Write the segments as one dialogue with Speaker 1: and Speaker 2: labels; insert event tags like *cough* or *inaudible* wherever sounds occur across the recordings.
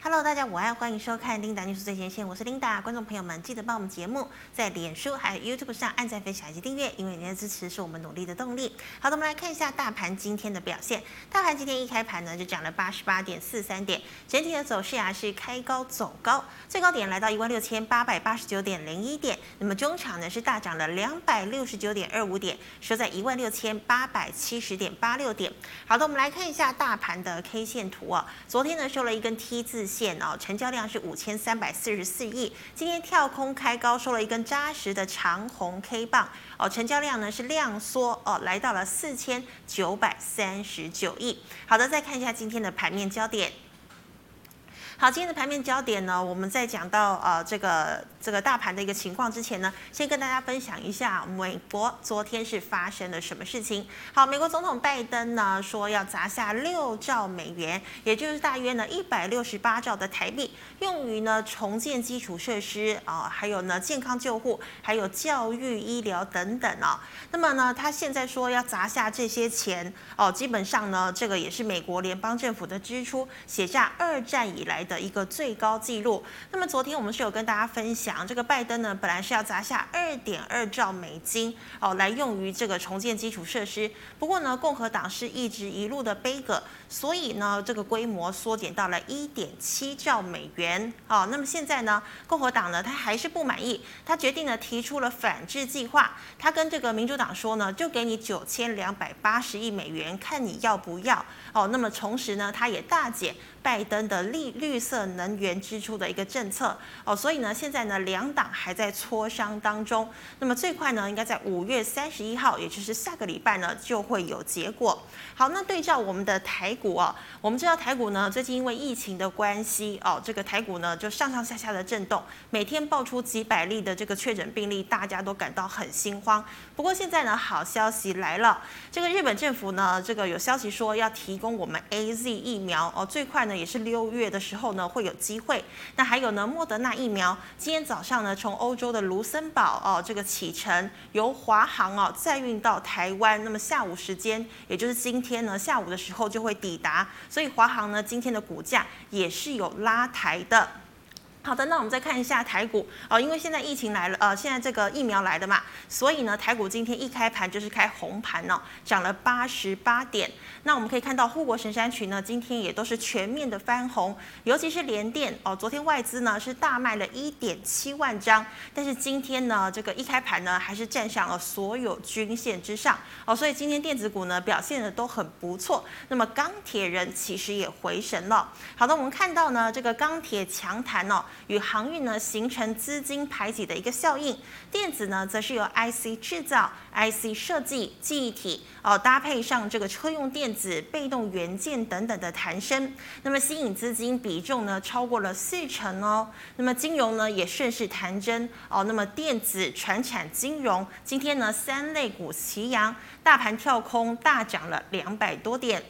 Speaker 1: Hello，大家午安，欢迎收看《琳达뉴스最前线》，我是琳达。观众朋友们，记得帮我们节目在脸书还有 YouTube 上按赞、分享以及订阅，因为您的支持是我们努力的动力。好的，我们来看一下大盘今天的表现。大盘今天一开盘呢，就涨了八十八点四三点，整体的走势啊是开高走高，最高点来到一万六千八百八十九点零一点。那么中场呢是大涨了两百六十九点二五点，收在一万六千八百七十点八六点。好的，我们来看一下大盘的 K 线图啊。昨天呢收了一根 T 字线哦，成交量是五千三百四十四亿。今天跳空开高，收了一根扎实的长红 K 棒哦，成交量呢是量缩哦，来到了四千九百三十九亿。好的，再看一下今天的盘面焦点。好，今天的盘面焦点呢，我们在讲到呃这个这个大盘的一个情况之前呢，先跟大家分享一下美国昨天是发生了什么事情。好，美国总统拜登呢说要砸下六兆美元，也就是大约呢一百六十八兆的台币，用于呢重建基础设施啊、还有呢健康救护，还有教育、医疗等等啊、那么呢，他现在说要砸下这些钱哦，基本上呢，这个也是美国联邦政府的支出，写下二战以来的一个最高纪录。那么昨天我们是有跟大家分享，这个拜登呢本来是要砸下二点二兆美金哦，来用于这个重建基础设施。不过呢，共和党是一直一路的悲歌，所以呢，这个规模缩减到了一点七兆美元哦。那么现在呢，共和党呢他还是不满意，他决定呢提出了反制计划，他跟这个民主党说呢，就给你九千两百八十亿美元，看你要不要哦。那么同时呢，他也大减拜登的绿绿色能源支出的一个政策哦，所以呢，现在呢两党还在磋商当中。那么最快呢，应该在五月三十一号，也就是下个礼拜呢就会有结果。好，那对照我们的台股哦，我们知道台股呢最近因为疫情的关系哦，这个台股呢就上上下下的震动，每天爆出几百例的这个确诊病例，大家都感到很心慌。不过现在呢，好消息来了，这个日本政府呢，这个有消息说要提供我们 A Z 疫苗哦，最快呢也是六月的时候呢会有机会。那还有呢，莫德纳疫苗今天早上呢从欧洲的卢森堡哦这个启程，由华航哦再运到台湾，那么下午时间，也就是今天呢下午的时候就会抵达，所以华航呢今天的股价也是有拉抬的。好的，那我们再看一下台股哦，因为现在疫情来了，呃，现在这个疫苗来了嘛，所以呢，台股今天一开盘就是开红盘哦，涨了八十八点。那我们可以看到护国神山群呢，今天也都是全面的翻红，尤其是联电哦，昨天外资呢是大卖了一点七万张，但是今天呢，这个一开盘呢还是站上了所有均线之上哦，所以今天电子股呢表现的都很不错。那么钢铁人其实也回神了。好的，我们看到呢，这个钢铁强弹哦，与航运呢形成资金排挤的一个效应。电子呢，则是由 IC 制造、IC 设计、记忆体哦，搭配上这个车用电子、被动元件等等的弹升，那么吸引资金比重呢超过了四成哦。那么金融呢也顺势弹升哦。那么电子、传产、金融今天呢三类股齐扬，大盘跳空大涨了两百多点。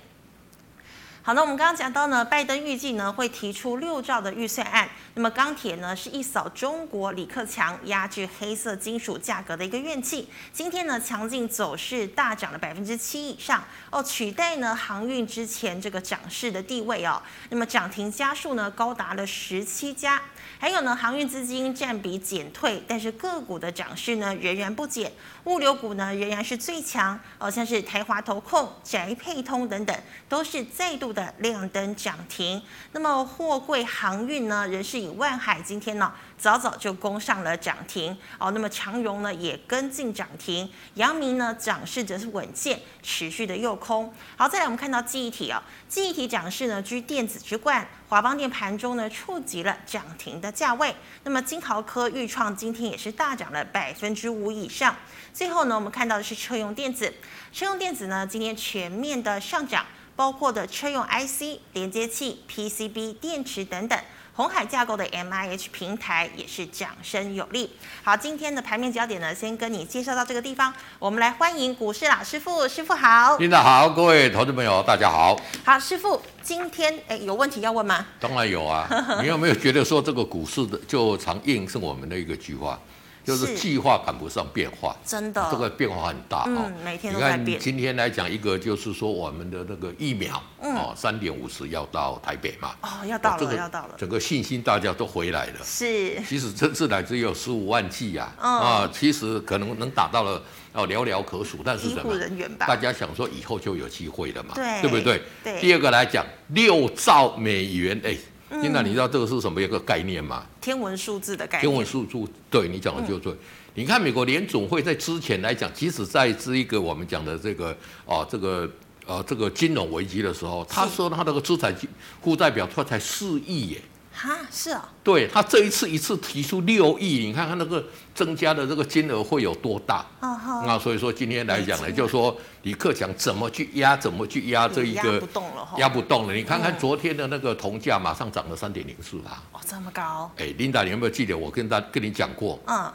Speaker 1: 好，那我们刚刚讲到呢，拜登预计呢会提出六兆的预算案。那么钢铁呢是一扫中国李克强压制黑色金属价格的一个怨气，今天呢强劲走势大涨了百分之七以上哦，取代呢航运之前这个涨势的地位哦。那么涨停家数呢高达了十七家，还有呢航运资金占比减退，但是个股的涨势呢仍然不减，物流股呢仍然是最强哦，像是台华投控、宅配通等等都是再度的亮灯涨停。那么货柜航运呢，仍是以万海今天呢早早就攻上了涨停哦。那么长荣呢也跟进涨停，阳明呢涨势则是稳健，持续的诱空。好，再来我们看到记忆体哦，记忆体涨势呢居电子之冠，华邦电盘中呢触及了涨停的价位。那么金豪科、裕创今天也是大涨了百分之五以上。最后呢，我们看到的是车用电子，车用电子呢今天全面的上涨。包括的车用 IC、连接器、PCB、电池等等。红海架构的 MIH 平台也是掌声有力。好，今天的盘面焦点呢，先跟你介绍到这个地方。我们来欢迎股市老师傅，师傅
Speaker 2: *laughs*
Speaker 1: 好。
Speaker 2: 领导好，各位投资朋友，大家好。
Speaker 1: 好，师傅，今天哎有问题要问吗？ *laughs*
Speaker 2: 当然有啊，你有没有觉得说这个股市的就常应是我们的一个句话？就是
Speaker 1: 是
Speaker 2: 计划赶不上变化，
Speaker 1: 真的，
Speaker 2: 这个变化很大哦。
Speaker 1: 嗯，每天
Speaker 2: 你
Speaker 1: 都在
Speaker 2: 看
Speaker 1: 变，
Speaker 2: 今天来讲，一个就是说我们的那个疫苗，哦，三点五十要到台北嘛，
Speaker 1: 哦，嗯要到
Speaker 2: 这
Speaker 1: 了，
Speaker 2: 个
Speaker 1: 要到了，
Speaker 2: 整个信心大家都回来了。
Speaker 1: 是，
Speaker 2: 其实这次来只有十五万剂呀、啊，
Speaker 1: 嗯
Speaker 2: 其实可能能打到了哦寥寥可数，但是
Speaker 1: 医
Speaker 2: 什
Speaker 1: 护
Speaker 2: 么？
Speaker 1: 人员
Speaker 2: 大
Speaker 1: 吧，
Speaker 2: 家想说以后就有机会了嘛，
Speaker 1: 对
Speaker 2: 不对？
Speaker 1: 对
Speaker 2: 第二个来讲，六兆美元，哎，现在你知道这个是什么一个概念吗？
Speaker 1: 天文数字的嗯概
Speaker 2: 天文
Speaker 1: 念，嗯
Speaker 2: 数字，对你讲的就对。你看美国联总会在之前来讲，即使在这一个我们讲的这个哦、这个呃这个金融危机的时候，他
Speaker 1: 是
Speaker 2: 说他那个资产负债表它才四亿耶，
Speaker 1: 哈，是哦，
Speaker 2: 对他这一次一次提出六亿，你看看那个增加的这个金额会有多大？
Speaker 1: 哦哈，
Speaker 2: 那所以说今天来讲
Speaker 1: 没
Speaker 2: 呢，
Speaker 1: 错
Speaker 2: 就说李克强怎么去压，怎么去压这一
Speaker 1: 嗯压
Speaker 2: 个
Speaker 1: 不动了哈，嗯
Speaker 2: 压不动了。你看看昨天的那个铜价马上涨了三点零四啊！
Speaker 1: 哦这么高，
Speaker 2: 哎，Linda，你有没有记得我跟大跟你讲过，
Speaker 1: 嗯，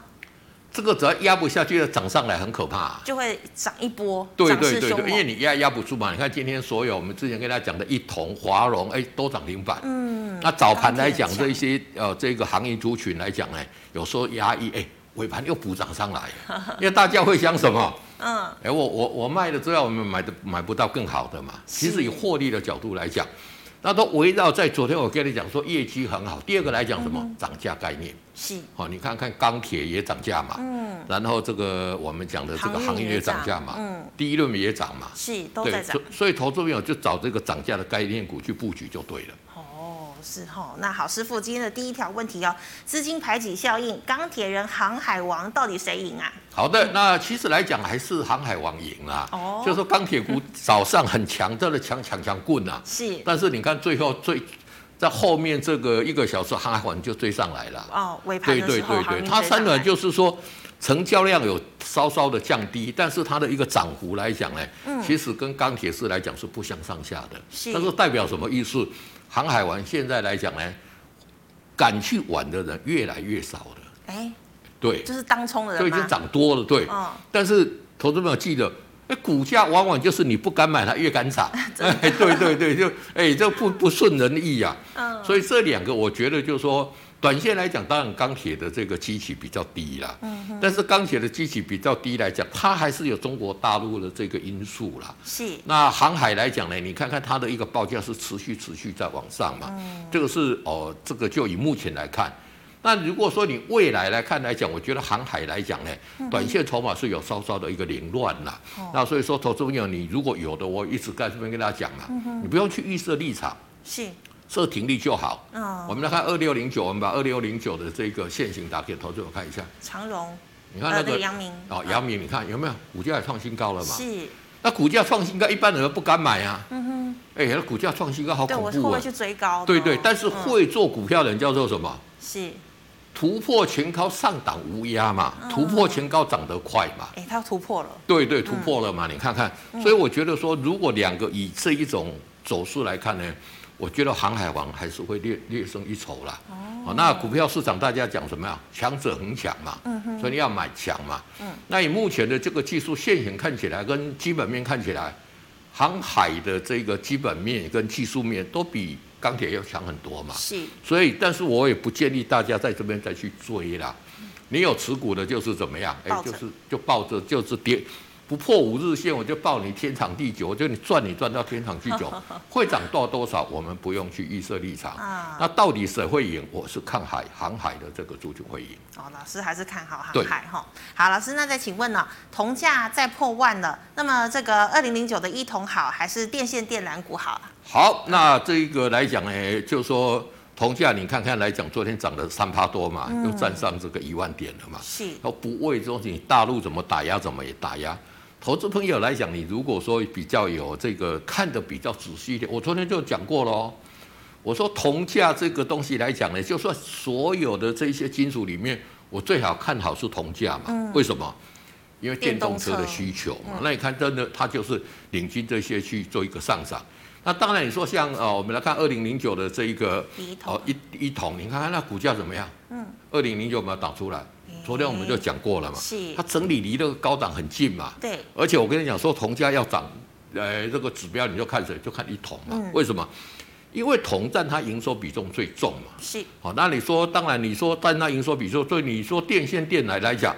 Speaker 2: 这个只要压不下去了，涨上来很可怕啊、
Speaker 1: 就会涨一波，
Speaker 2: 对
Speaker 1: 涨势
Speaker 2: 对对
Speaker 1: 凶
Speaker 2: 对，
Speaker 1: 猛
Speaker 2: 因为你压压不住嘛。你看今天所有我们之前跟大家讲的一同华融，哎，都涨停板。
Speaker 1: 嗯，
Speaker 2: 那早盘来
Speaker 1: 钢铁
Speaker 2: 讲，
Speaker 1: 很强
Speaker 2: 这一些呃这个行业族群来讲呢，有时候压抑，哎，尾盘又补涨
Speaker 1: *laughs*
Speaker 2: 上来，因为大家会想什么？
Speaker 1: 嗯，
Speaker 2: 哎，我我我卖了之后，我们买的买不到更好的嘛。其
Speaker 1: 是
Speaker 2: 实以获利的角度来讲，那都围绕在昨天我跟你讲说业绩很好。第二个来讲什
Speaker 1: 嗯
Speaker 2: 么？涨价概念。
Speaker 1: 是，
Speaker 2: 好、你看看钢铁也涨价嘛，
Speaker 1: 嗯，
Speaker 2: 然后这个我们讲的这个
Speaker 1: 航
Speaker 2: 行
Speaker 1: 运
Speaker 2: 业
Speaker 1: 也
Speaker 2: 也涨价嘛，
Speaker 1: 嗯，
Speaker 2: 第一轮也涨嘛，
Speaker 1: 是都在涨
Speaker 2: 所。所以投资朋友就找这个涨价的概念股去布局就对了。
Speaker 1: 哦，是哦。那好，师傅，今天的第一条问题哦，资金排挤效应，钢铁人、航海王到底谁赢啊？
Speaker 2: 好的，那其实来讲还是航海王赢啦，
Speaker 1: 哦
Speaker 2: 就是说钢铁股早上很强，真的强强强棍啊，
Speaker 1: 是
Speaker 2: 但是你看最后最在后面这个一个小时，航海王就追上来了。
Speaker 1: 哦，尾盘
Speaker 2: 对
Speaker 1: 的
Speaker 2: 对
Speaker 1: 时候，
Speaker 2: 对
Speaker 1: 航
Speaker 2: 对，
Speaker 1: 运
Speaker 2: 它
Speaker 1: 追
Speaker 2: 三
Speaker 1: 上
Speaker 2: 轮
Speaker 1: 来
Speaker 2: 就是说成交量有稍稍的降低，但是它的一个涨幅来讲呢，其实跟钢铁是来讲是不相上下的。
Speaker 1: 嗯是
Speaker 2: 但是代表什么意思？航海王现在来讲呢，敢去玩的人越来越少了，
Speaker 1: 哎，
Speaker 2: 对，
Speaker 1: 就是当冲的
Speaker 2: 就
Speaker 1: 人
Speaker 2: 已经
Speaker 1: 吗？
Speaker 2: 涨多了，对。
Speaker 1: 嗯，
Speaker 2: 但是投资朋友记得，那股价往往就是你不敢买，它越敢涨。哎，对对对，就哎，这不不顺人意呀、啊。所以这两个，我觉得就是说，短线来讲，当然钢铁的这个基期比较低啦。嗯、但是钢铁的基期比较低来讲，它还是有中国大陆的这个因素啦。
Speaker 1: 是
Speaker 2: 那航海来讲呢，你看看它的一个报价是持续持续在往上嘛，这个是哦，这个就以目前来看。那如果说你未来来看来讲，我觉得航海来讲呢，短线筹码是有稍稍的一个凌乱啦。那所以说，投资朋友，你如果有的，我一直在这边跟大家讲嘛，你不用去预设立场，
Speaker 1: 是，
Speaker 2: 设停利就好。
Speaker 1: 嗯，
Speaker 2: 我们来看二六零九，我们把二六零九的这个线型打给投资者看一下，
Speaker 1: 长荣，
Speaker 2: 你看
Speaker 1: 呃，
Speaker 2: 那
Speaker 1: 那
Speaker 2: 个
Speaker 1: 个阳明，
Speaker 2: 哦，阳明，你看有没有股价也创新高了嘛？
Speaker 1: 是，
Speaker 2: 那股价创新高，一般人不敢买啊。
Speaker 1: 嗯哼，
Speaker 2: 哎、那股价创新高好
Speaker 1: 对
Speaker 2: 恐
Speaker 1: 我会不
Speaker 2: 怖啊
Speaker 1: 会！去追高呢？
Speaker 2: 对对，但是
Speaker 1: 嗯
Speaker 2: 会做股票的人叫做什么？
Speaker 1: 是，
Speaker 2: 突破前高上档无压嘛，
Speaker 1: 嗯
Speaker 2: 突破前高涨得快嘛。
Speaker 1: 哎，它突破了，
Speaker 2: 对对，突破了嘛，你看看。所以我觉得说，如果两个以这一种走势来看呢，我觉得航海王还是会略略胜一筹啦。哦，那股票市场大家讲什么呀？强者恒强嘛，所以你要买强嘛。那以目前的这个技术现形看起来，跟基本面看起来，航海的这个基本面跟技术面都比钢铁要强很多嘛。
Speaker 1: 是
Speaker 2: 所以，但是我也不建议大家在这边再去追啦。你有持股的，就是怎么样？哎、
Speaker 1: 抱着
Speaker 2: 就是就抱着，就是跌不破五日线，我就抱你天长地久，我就你赚你赚到天长地
Speaker 1: *laughs*
Speaker 2: 久，会涨到多少，我们不用去预设立场。
Speaker 1: 啊，
Speaker 2: 那到底谁会赢？我是看海航海的这个族群会赢。
Speaker 1: 哦，老师还是看好航
Speaker 2: 对
Speaker 1: 海哈。好，老师，那再请问呢、铜价再破万了，那么这个二零零九的一铜好，还是电线电缆股好啊？
Speaker 2: 好，那这一个来讲呢，就说铜价，你看看来讲，昨天涨了三趴多嘛，又站上这个一万点了嘛。
Speaker 1: 是
Speaker 2: 要不畏中你大陆怎么打压，怎么也打压。投资朋友来讲，你如果说比较有这个看得比较仔细一点，我昨天就讲过了哦。我说铜价这个东西来讲呢，就算所有的这些金属里面，我最好看好是铜价嘛。为什么？因为电嗯动车的需求嘛。那你看，真的它就是领军这些去做一个上涨。那当然，你说像呃，我们来看二零零九的这一个
Speaker 1: 一铜
Speaker 2: 哦一一铜，你看看那股价怎么样？嗯，二零零九有没有打出来？昨天我们就讲过了嘛，
Speaker 1: 是
Speaker 2: 它整理离那个高档很近嘛，
Speaker 1: 对，
Speaker 2: 而且我跟你讲说，铜价要涨，呃，这个指标你就看谁，就看一桶嘛。为什么？因为铜占它营收比重最重嘛。
Speaker 1: 是
Speaker 2: 好、那你说，当然你说占它营收比重，对你说电线电缆来讲，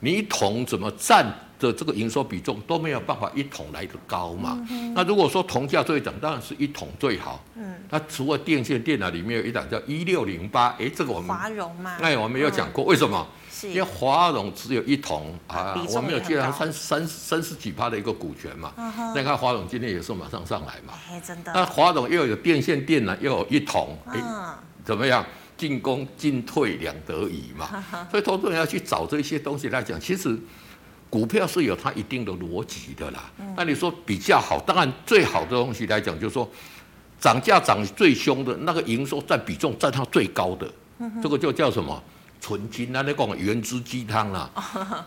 Speaker 2: 你一桶怎么占的这个营收比重都没有办法一桶来的高嘛。那如果说铜价最涨，当然是一桶最好。嗯，那除了电线电缆里面有一档叫一六零八，哎，这个我们
Speaker 1: 华融嘛？
Speaker 2: 哎我们有讲过，为什么？
Speaker 1: 是
Speaker 2: 因为华融只有一桶啊
Speaker 1: 嗯比，重
Speaker 2: 我们有
Speaker 1: 也很
Speaker 2: 记得它
Speaker 1: 高
Speaker 2: 三三三十几趴的一个股权嘛。
Speaker 1: 嗯哼
Speaker 2: 那你看华融今天也是马上上来嘛。
Speaker 1: 哎，真
Speaker 2: 那
Speaker 1: 的，
Speaker 2: 华融又有电线电缆，又有一桶，哎，
Speaker 1: 嗯，
Speaker 2: 怎么样？进攻进退两得宜嘛。所以投资人要去找这些东西来讲，其实股票是有它一定的逻辑的啦。那你说比较好，当然最好的东西来讲，就是说涨价涨最凶的那个营收占比重占它最高的，这个就叫什么纯金啊？那讲原汁鸡汤啦，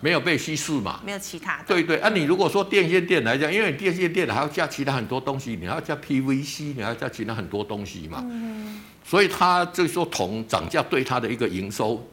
Speaker 2: 没有被稀释嘛。
Speaker 1: 没有其他的，
Speaker 2: 对对，啊，你如果说电线电来讲，因为你电线电还要加其他很多东西，你还要加 PVC，你还要加其他很多东西嘛，所以它就是说铜涨价对它的一个营收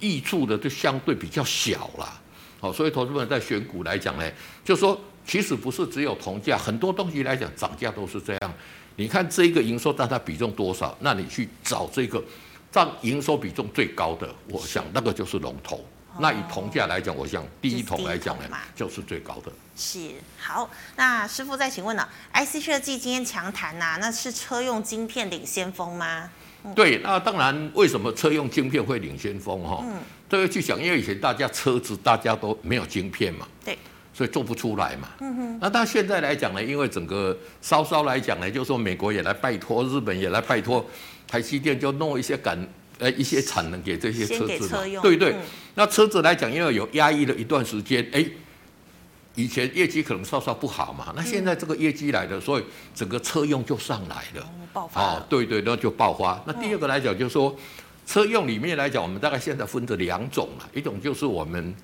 Speaker 2: 益处的就相对比较小啦。好、所以投资者在选股来讲呢，就说其实不是只有铜价，很多东西来讲涨价都是这样。你看这一个营收占它比重多少，那你去找这个占营收比重最高的，我想那个就是龙头。那以铜价来讲，我想第一桶来讲
Speaker 1: 哦就是第一桶
Speaker 2: 呢
Speaker 1: 嘛，
Speaker 2: 就是最高的。
Speaker 1: 是好。那师傅再请问了，IC 设计今天强谈呐，那是车用晶片领先风吗？
Speaker 2: 对，那当然，为什么车用晶片会领先风哈？
Speaker 1: 嗯
Speaker 2: 这个去想，因为以前大家车子大家都没有晶片嘛，
Speaker 1: 对，
Speaker 2: 所以做不出来嘛。嗯哼。那到现在来讲呢，因为整个稍稍来讲呢，就是说美国也来拜托，日本也来拜托，台积电就弄一些感呃一些产能给这些
Speaker 1: 先
Speaker 2: 车
Speaker 1: 给
Speaker 2: 子嘛
Speaker 1: 车，用
Speaker 2: 对对。
Speaker 1: 嗯
Speaker 2: 那车子来讲，因为有压抑了一段时间，哎。以前业绩可能稍稍不好嘛，那
Speaker 1: 嗯
Speaker 2: 现在这个业绩来了，所以整个车用就上来了。
Speaker 1: 哦爆发
Speaker 2: 哦
Speaker 1: 了，，
Speaker 2: 对对，那就爆发。那第二个来讲，就是说、车用里面来讲，我们大概现在分着两种嘛，一种就是我们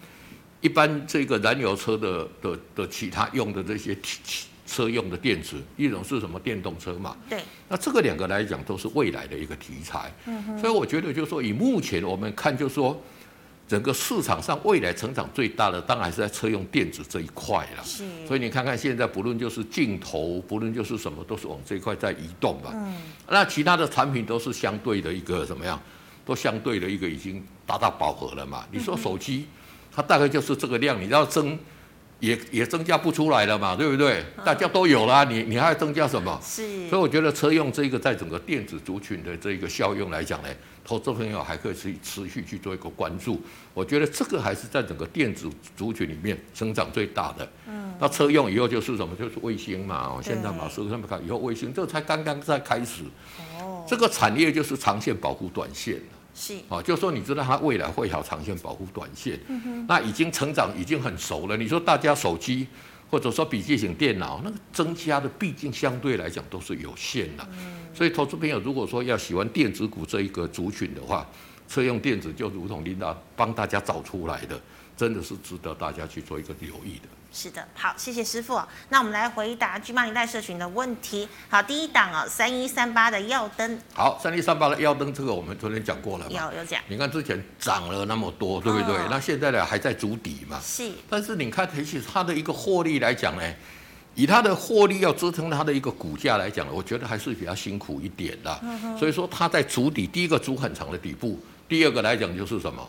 Speaker 2: 一般这个燃油车的的的其他用的这些汽汽车用的电池，一种是什么电动车嘛。
Speaker 1: 对，
Speaker 2: 那这个两个来讲都是未来的一个题材，所以我觉得就是说，以目前我们看，就是说整个市场上未来成长最大的，当然还是在车用电子这一块了。
Speaker 1: 是
Speaker 2: 所以你看看现在，不论就是镜头，不论就是什么，都是往这一块在移动吧。嗯，那其他的产品都是相对的一个怎么样，都相对的一个已经达到饱和了嘛。你说手机，它大概就是这个量，你要增。也也增加不出来了嘛，对不对？大家都有啦，你你还增加什么？
Speaker 1: 是
Speaker 2: 所以我觉得车用这个在整个电子族群的这个效用来讲呢，投资朋友还可以持持续去做一个关注。我觉得这个还是在整个电子族群里面增长最大的。嗯，那车用以后就是什么？就是卫星嘛。哦，
Speaker 1: 对
Speaker 2: 现在马斯克他们看以后卫星，这才刚刚在开始。
Speaker 1: 哦，
Speaker 2: 这个产业就是长线保护短线。
Speaker 1: 是
Speaker 2: 啊，就说你知道它未来会好长线保护短线，那已经成长已经很熟了。你说大家手机或者说笔记型电脑那个增加的，毕竟相对来讲都是有限的、所以投资朋友如果说要喜欢电子股这一个族群的话，车用电子就如同琳达帮大家找出来的，真的是值得大家去做一个留意的。
Speaker 1: 是的，好，谢谢师傅哦、那我们来回答巨曼一代社群的问题。好，第一档哦，三一三八的耀灯
Speaker 2: 好，三零三八的耀灯这个我们昨天讲过了嘛，
Speaker 1: 有有讲
Speaker 2: 你看之前涨了那么多，对不对？
Speaker 1: 嗯
Speaker 2: 那现在呢还在筑底嘛，
Speaker 1: 是
Speaker 2: 但是你看，其实它的一个获利来讲呢，以它的获利要支撑它的一个股价来讲，我觉得还是比较辛苦一点啦。所以说它在筑底，第一个筑很长的底部，第二个来讲就是什么？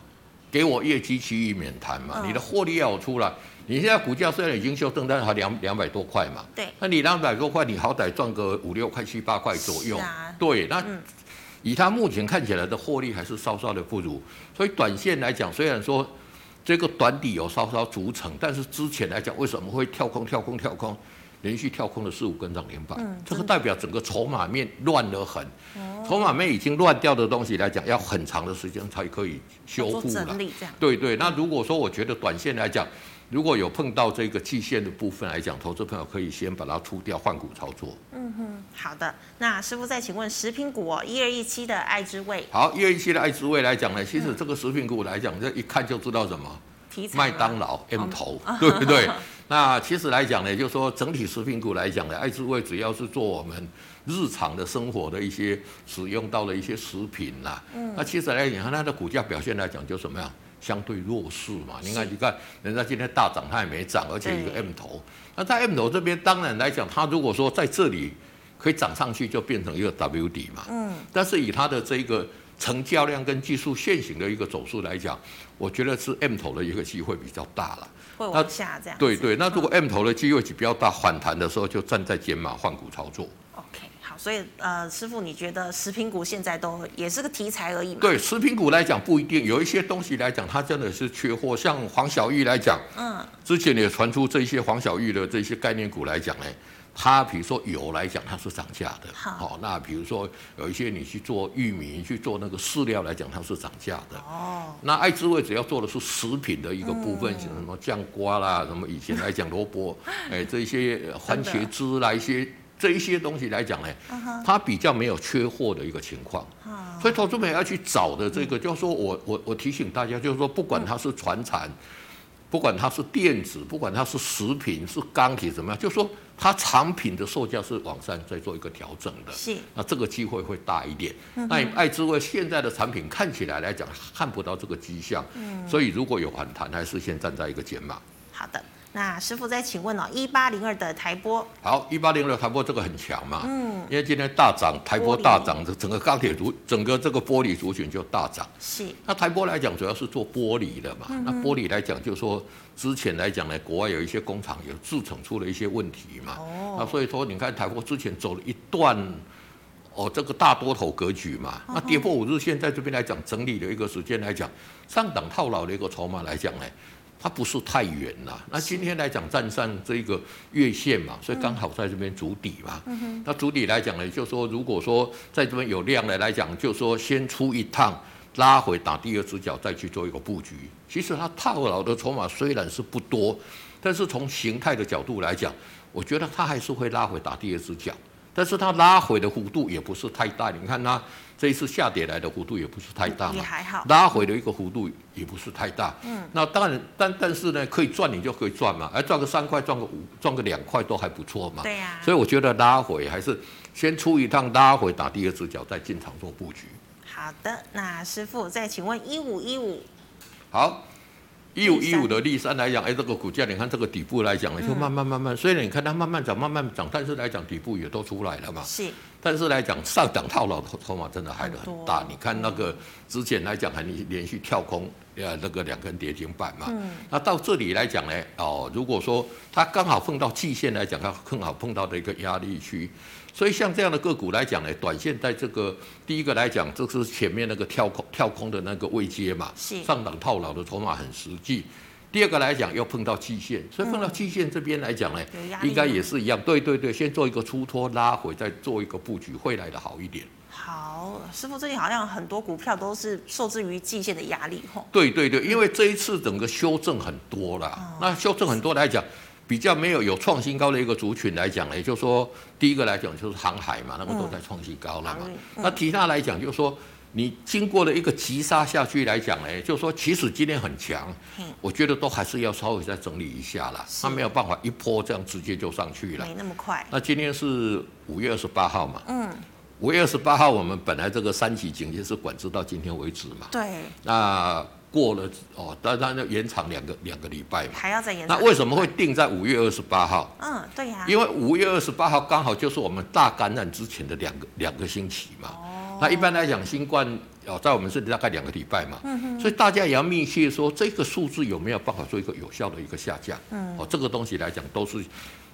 Speaker 2: 给我业绩其余免谈嘛，
Speaker 1: 嗯
Speaker 2: 你的获利要有出来。你现在股价虽然已经修正，但是还两两百多块嘛。
Speaker 1: 对
Speaker 2: 那你两百多块，你好歹赚个五六块、七八块左右。
Speaker 1: 是啊
Speaker 2: 对，那以它目前看起来的获利还是稍稍的不如，所以短线来讲，虽然说这个短底有稍稍逐成，但是之前来讲为什么会跳空、跳空、跳空，连续跳空了四五根涨停板，
Speaker 1: 嗯
Speaker 2: 这个代表整个筹码面乱得很，
Speaker 1: 哦
Speaker 2: 筹码面已经乱掉的东西来讲，要很长的时间才可以修
Speaker 1: 做
Speaker 2: 复了
Speaker 1: 整。理这样，
Speaker 2: 对对，那如果说我觉得短线来讲，如果有碰到这个季线的部分来讲，投资朋友可以先把它出掉，换股操作。
Speaker 1: 好的。那师傅再请问食品股哦，一二一七的爱之味
Speaker 2: 好，一二一七的爱滋味来讲呢，其实这个食品股来讲，这一看就知道什么。
Speaker 1: 题材吗
Speaker 2: 麦当劳 M 头，对不对？那其实来讲呢，就是说整体食品股来讲呢，爱滋味只要是做我们日常的生活的一些使用到的一些食品啦，
Speaker 1: 嗯
Speaker 2: 那其实来讲，它的股价表现来讲就怎么样？相对弱势嘛，你看，
Speaker 1: 是
Speaker 2: 你看，人家今天大涨，它也没涨，而且一个
Speaker 1: 对
Speaker 2: M 头。那在 M 头这边，当然来讲，它如果说在这里可以涨上去就变成一个 W 底嘛。
Speaker 1: 嗯，
Speaker 2: 但是以它的这个成交量跟技术现行的一个走势来讲，我觉得是 M 头的一个机会比较大了。
Speaker 1: 会往下这样子。
Speaker 2: 对对，那如果 M 头的机会比较大，反弹的时候就站在减码换股操作。
Speaker 1: 哦 OK，好，所以呃，师傅，你觉得食品股现在都也是个题材而已嘛？
Speaker 2: 对食品股来讲不一定，有一些东西来讲，它真的是缺货。像黄小玉来讲，
Speaker 1: 嗯，
Speaker 2: 之前也传出这些黄小玉的这些概念股来讲呢，它比如说油来讲，它是涨价的。
Speaker 1: 好
Speaker 2: 哦，那比如说有一些你去做玉米、你去做那个饲料来讲，它是涨价的。
Speaker 1: 哦，
Speaker 2: 那爱滋味只要做的是食品的一个部分，像什么酱瓜啦，什么以前来讲
Speaker 1: *laughs*
Speaker 2: 萝卜，哎，这一些呃番茄汁啦，一些这一些东西来讲呢，哎
Speaker 1: 嗯
Speaker 2: 它比较没有缺货的一个情况。
Speaker 1: 好，
Speaker 2: 所以投资朋友要去找的这个，
Speaker 1: 嗯
Speaker 2: 就是说我我我提醒大家，就是说不管它是船产，不管它是电子，不管它是食品、是钢铁怎么样，就是说它产品的售价是往上在做一个调整的。
Speaker 1: 是嗯
Speaker 2: 那这个机会会大一点。那你爱之味现在的产品看起来来讲看不到这个迹象，
Speaker 1: 嗯
Speaker 2: 所以如果有反弹，还是先站在一个减码。
Speaker 1: 好的。那师傅再请问哦，一八零二的台波，
Speaker 2: 好，一八零六台波这个很强嘛，
Speaker 1: 嗯，
Speaker 2: 因为今天大涨，台波
Speaker 1: 玻璃
Speaker 2: 大涨，这整个钢铁族，整个这个玻璃族群就大涨。
Speaker 1: 是
Speaker 2: 那台玻来讲，主要是做玻璃的嘛。那玻璃来讲，就是说之前来讲呢，国外有一些工厂有制成出了一些问题嘛。
Speaker 1: 哦
Speaker 2: 那所以说，你看台玻之前走了一段哦，这个大多头格局嘛。那跌破五日线，在这边来讲整理的一个时间来讲，上档套牢的一个筹码来讲呢，它不是太远了。那今天来讲站上这个月线嘛，所以刚好在这边筑底嘛。那筑底来讲呢，就说如果说在这边有量的来讲，就说先出一趟。拉回打第二只脚，再去做一个布局。其实它套牢的筹码虽然是不多，但是从形态的角度来讲，我觉得它还是会拉回打第二只脚。但是它拉回的幅度也不是太大，你看它这一次下跌来的幅度也不是太大
Speaker 1: 也
Speaker 2: 嘛，
Speaker 1: 还好，
Speaker 2: 拉回的一个幅度也不是太大。嗯，那当然，但但是呢，可以赚你就可以赚嘛，哎，赚个三块，赚个五，赚个两块都还不错嘛。
Speaker 1: 对啊呀、
Speaker 2: 所以我觉得拉回还是先出一趟拉回打第二只脚，再进场做布局。
Speaker 1: 好的，那师傅再请问一五一五，
Speaker 2: 好，一五
Speaker 1: 立
Speaker 2: 一
Speaker 1: 山嗯
Speaker 2: 五的立山来讲，哎，这个股价你看这个底部来讲呢，就慢慢慢慢，虽然你看它慢慢涨，慢慢涨，但是来讲底部也都出来了嘛。
Speaker 1: 是
Speaker 2: 但是来讲上涨套牢的筹码真的还
Speaker 1: 很多
Speaker 2: 很大。你看那个之前来讲还连续跳空，呃，那个两根跌停板嘛。
Speaker 1: 嗯
Speaker 2: 那到这里来讲呢，哦，如果说它刚好碰到季线来讲，它刚好碰到的一个压力区。所以像这样的个股来讲呢，短线在这个第一个来讲，这是前面那个跳空跳空的那个位阶嘛，
Speaker 1: 是
Speaker 2: 上档套牢的筹码很实际。第二个来讲，要碰到季线，所以碰到季线这边来讲呢，
Speaker 1: 嗯有压力
Speaker 2: 应该
Speaker 1: 吗
Speaker 2: 也是一样。对对对，先做一个出脱拉回，再做一个布局，会来的好一点。
Speaker 1: 好，师傅最近好像很多股票都是受制于季线的压力吼，
Speaker 2: 对对
Speaker 1: 嗯
Speaker 2: 对，因为这一次整个修正很多啦，
Speaker 1: 哦
Speaker 2: 那修正很多来讲，比较没有有创新高的一个族群来讲呢，也就是说第一个来讲就是航海嘛，那个都在创新高了嘛。
Speaker 1: 航运嗯
Speaker 2: 那其他来讲就是说，你经过了一个急杀下去来讲呢，就是说其实今天很强
Speaker 1: 嗯，
Speaker 2: 我觉得都还是要稍微再整理一下啦，
Speaker 1: 是
Speaker 2: 它没有办法一波这样直接就上去了。
Speaker 1: 没那么快，
Speaker 2: 那今天是五月二十八号嘛，
Speaker 1: 嗯，
Speaker 2: 五月二十八号我们本来这个三级警戒是管制到今天为止嘛，
Speaker 1: 对，
Speaker 2: 那过了哦，当然要延长两个两个礼拜嘛。
Speaker 1: 还要再延
Speaker 2: 那
Speaker 1: 长。
Speaker 2: 为什么会定在五月二十八号？
Speaker 1: 嗯，对呀、
Speaker 2: 因为五月二十八号刚好就是我们大感染之前的两个两个星期嘛。那一般来讲，新冠哦，在我们这里大概两个礼拜嘛，所以大家也要密切说这个数字有没有办法做一个有效的一个下降。嗯，哦，这个东西来讲都是。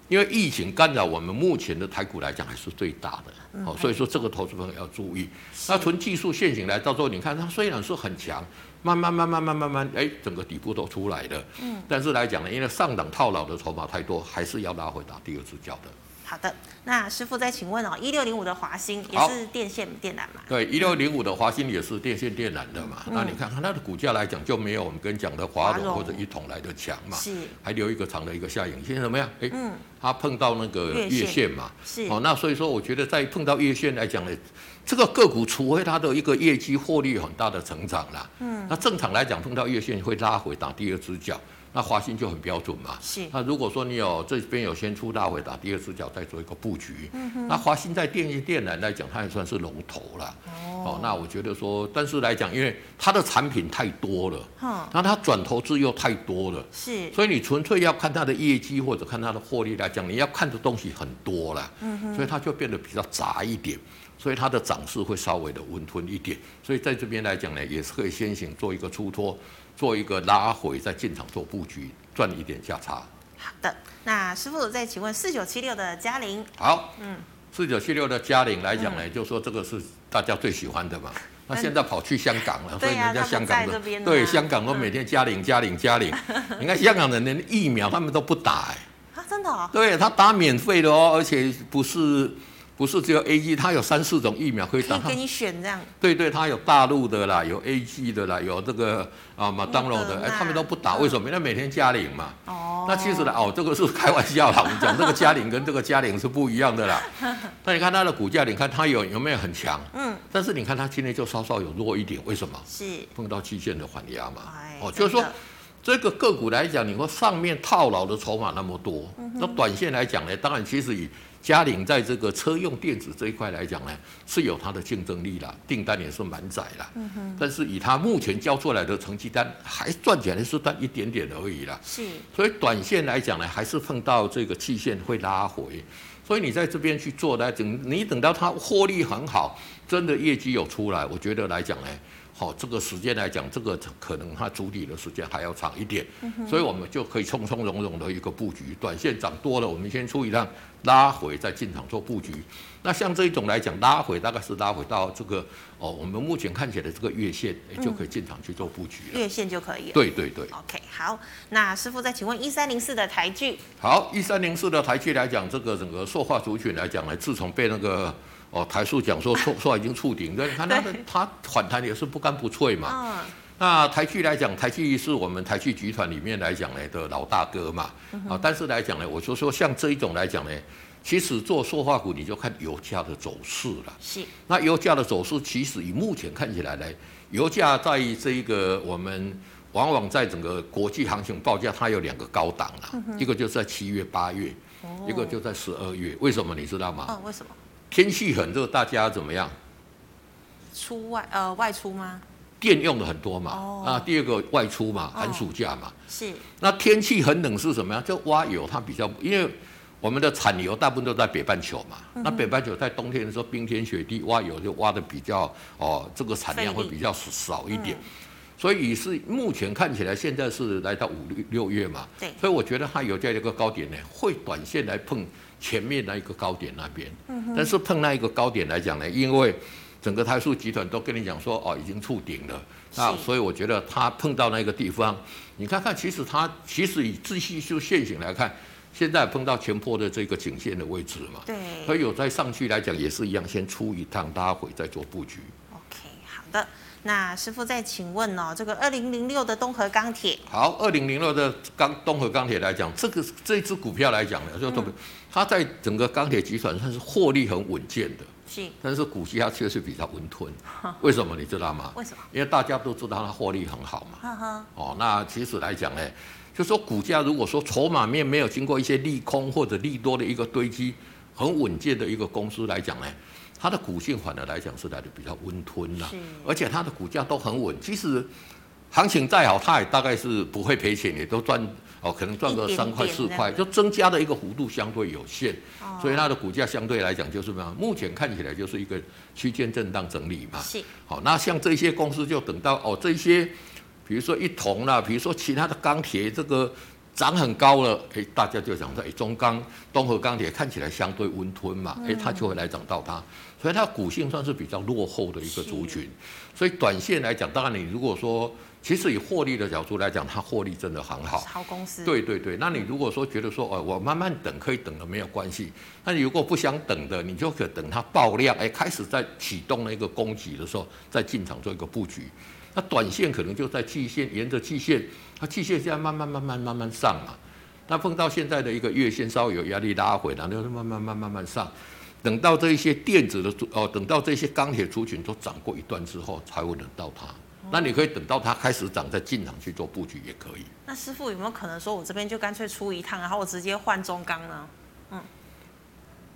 Speaker 2: 因为疫情干扰我们目前的台股来讲还是最大的，哦，所以说这个投资朋友要注意。那从技术线型来，到时候你看它虽然是很强，慢慢慢慢慢慢慢，哎，整个底部都出来了。嗯，但是来讲呢，因为上档套牢的筹码太多，还是要拉回打第二只脚的。
Speaker 1: 好的，那师傅再请问哦，一六零五的华兴也
Speaker 2: 好
Speaker 1: 是电线电缆嘛？
Speaker 2: 对，一六零五的华兴也是电线电缆的嘛，那你看看它的股价来讲，就没有我们跟你讲的
Speaker 1: 嗯
Speaker 2: 华
Speaker 1: 华
Speaker 2: 融
Speaker 1: 融
Speaker 2: 或者一统来的强嘛，
Speaker 1: 是
Speaker 2: 还留一个长的一个下影线，怎么样？哎，
Speaker 1: 嗯
Speaker 2: 它碰到那个
Speaker 1: 月
Speaker 2: 月
Speaker 1: 线
Speaker 2: 线嘛，
Speaker 1: 是
Speaker 2: 哦，那所以说我觉得在碰到月线来讲呢，这个个股除非它的一个业绩获利有很大的成长啦，嗯，那正常来讲碰到月线会拉回打第二只脚，那华兴就很标准嘛。
Speaker 1: 是
Speaker 2: 那如果说你有这边有先出大回打第二只脚，再做一个布局，
Speaker 1: 嗯
Speaker 2: 那华兴在电力电缆来讲，它也算是龙头啦。哦，那我觉得说，但是来讲，因为它的产品太多了，
Speaker 1: 哼，
Speaker 2: 那它转投资又太多了，
Speaker 1: 是
Speaker 2: 所以你纯粹要看它的业绩或者看它的获利来讲，你要看的东西很多啦，
Speaker 1: 嗯
Speaker 2: 所以它就变得比较杂一点，所以它的涨势会稍微的温吞一点，所以在这边来讲呢，也是可以先行做一个出脱，做一个拉回，再进场做布局，赚一点价差。
Speaker 1: 好的。那师傅再请问四九七六的嘉玲，
Speaker 2: 好，
Speaker 1: 嗯，
Speaker 2: 四九七六的嘉玲来讲呢，就说这个是大家最喜欢的嘛。那
Speaker 1: 嗯
Speaker 2: 现在跑去香港了，所以
Speaker 1: 对啊嗯
Speaker 2: 人家
Speaker 1: 他
Speaker 2: 香
Speaker 1: 们
Speaker 2: 港
Speaker 1: 在
Speaker 2: 的
Speaker 1: 这边呢
Speaker 2: 对香港都每天嘉玲嘉玲嘉玲，你看香港人连疫苗他们都不打哎、
Speaker 1: 啊，真的哦，
Speaker 2: 对他打免费的哦，而且不是不是只有 A G，他有三四种疫苗可以
Speaker 1: 可
Speaker 2: 打
Speaker 1: 以。给你选这样，
Speaker 2: 对对，他有大陆的啦，有 A G 的啦，有这个啊麦当劳
Speaker 1: 那
Speaker 2: 的，
Speaker 1: 个
Speaker 2: 哎，他们都不打，
Speaker 1: 嗯
Speaker 2: 为什么？因为每天加零嘛。
Speaker 1: 哦，
Speaker 2: 那其实呢，哦，这个是开玩笑啦。我们
Speaker 1: *laughs*
Speaker 2: 讲这个加零跟这个加零是不一样的啦。那你看它的股价，你看它有有没有很强？
Speaker 1: 嗯，
Speaker 2: 但是你看它今天就稍稍有弱一点，为什么？
Speaker 1: 是，
Speaker 2: 碰到期限的缓压嘛。
Speaker 1: 哎，
Speaker 2: 哦，就是说
Speaker 1: 真的
Speaker 2: 这个个股来讲，你说上面套牢的筹码那么多，
Speaker 1: 嗯
Speaker 2: 那短线来讲呢，当然其实以嘉陵在这个车用电子这一块来讲呢，是有它的竞争力啦，订单也是满载啦。
Speaker 1: 嗯
Speaker 2: 但是以它目前交出来的成绩单，还赚起来是赚一点点而已啦。
Speaker 1: 是
Speaker 2: 所以短线来讲呢，还是碰到这个期限会拉回。所以你在这边去做来等，你等到它获利很好，真的业绩有出来，我觉得来讲呢，好、这个时间来讲，这个可能它主体的时间还要长一点，所以我们就可以从从容容的一个布局，短线涨多了，我们先出一趟拉回，再进场做布局。那像这种来讲，拉回大概是拉回到这个哦，我们目前看起来这个月线，哎就可以进场去做布局了。
Speaker 1: 月线就可以了。
Speaker 2: 对对对。
Speaker 1: OK，好，那师傅再请问一三零四的台剧，
Speaker 2: 好，一三零四的台积来讲，这个整个塑化族群来讲呢，自从被那个哦台塑讲说塑塑已经触顶，但你看它的它反弹也是不干不脆嘛。
Speaker 1: 嗯，
Speaker 2: 那台积来讲，台积是我们台积集团里面来讲呢的老大哥嘛。啊，但是来讲呢，我就说像这一种来讲呢，其实做塑化股你就看油价的走势了。
Speaker 1: 是
Speaker 2: 那油价的走势，其实以目前看起来呢，油价在这一个我们往往在整个国际行情报价，它有两个高档啦、一个就是在七月、八月，
Speaker 1: 嗯哦
Speaker 2: 一个就在十二月。为什么你知道吗？
Speaker 3: 哦
Speaker 1: 嗯，为什么
Speaker 2: 天气很热，大家怎么样？
Speaker 1: 出外呃外出吗？
Speaker 2: 电用的很多嘛，
Speaker 1: 哦
Speaker 2: 啊，第二个外出嘛，
Speaker 1: 哦
Speaker 2: 寒暑假嘛。
Speaker 1: 是
Speaker 2: 那天气很冷是什么呀？就挖油，它比较因为我们的产油大部分都在北半球嘛。那北半球在冬天的时候冰天雪地，挖油就挖的比较哦，这个产量会比较少一点。所以是目前看起来，现在是来到五六六月嘛，
Speaker 1: 对
Speaker 2: 所以我觉得它有在一个高点呢，会短线来碰前面那一个高点那边，
Speaker 1: 嗯
Speaker 2: 但是碰那一个高点来讲呢，因为整个台塑集团都跟你讲说哦已经触顶了，那
Speaker 1: 是
Speaker 2: 所以我觉得它碰到那个地方，你看看，其实它其实以自系数线型来看，现在碰到前坡的这个颈线的位置嘛，
Speaker 1: 对
Speaker 2: 所以有再上去来讲也是一样，先出一趟拉回再做布局。
Speaker 1: ，OK，好的。那师傅再请问哦，这个二零零六的东河钢铁，
Speaker 2: 好，二零零六的钢东和钢铁来讲，这个这只股票来讲呢，就特别，它在整个钢铁集团它是获利很稳健的，
Speaker 1: 是
Speaker 2: 但是股息它确实比较温吞。为什么你知道吗？
Speaker 1: 为什么？
Speaker 2: 因为大家都知道它获利很好嘛。
Speaker 1: 呵呵，
Speaker 2: 哦，那其实来讲呢，就说股价如果说筹码面没有经过一些利空或者利多的一个堆积，很稳健的一个公司来讲呢，它的股性反而来讲是来的比较温吞啦、
Speaker 1: 是
Speaker 2: 嗯而且它的股价都很稳。其实行情再好，它也大概是不会赔钱，也都赚哦，可能赚个
Speaker 1: 一点
Speaker 2: 三块
Speaker 1: 点
Speaker 2: 四
Speaker 1: 这
Speaker 2: 块，
Speaker 1: 样
Speaker 2: 就增加的一个幅度相对有限，
Speaker 1: 哦
Speaker 2: 所以它的股价相对来讲就是什么样？目前看起来就是一个区间震荡整理嘛。
Speaker 1: 是
Speaker 2: 好，那像这些公司就等到哦，这些比如说一铜啦，比如说其他的钢铁这个涨很高了，哎，大家就想说，哎，中钢、东河钢铁看起来相对温吞嘛，哎，它就会来涨到它，所以它股性算是比较落后的一个族群，所以短线来讲，当然你如果说，其实以获利的角度来讲，它获利真的很好，
Speaker 1: 好公司，
Speaker 2: 对对对，那你如果说觉得说，哦，我慢慢等可以等的没有关系，那你如果不想等的，你就可等它爆量，哎，开始在启动那个攻击的时候，再进场做一个布局。那短线可能就在季线，沿着季线，它季线现在慢慢慢慢慢慢上嘛，那碰到现在的一个月线稍微有压力拉回，然后就慢慢慢慢慢上。等到这一些电子的族哦，等到这些钢铁族群都涨过一段之后，才会轮到它。那你可以等到它开始涨再进场去做布局也可以。
Speaker 3: 那师傅有没有可能说，我这边就干脆出一趟，然后我直接换中钢呢？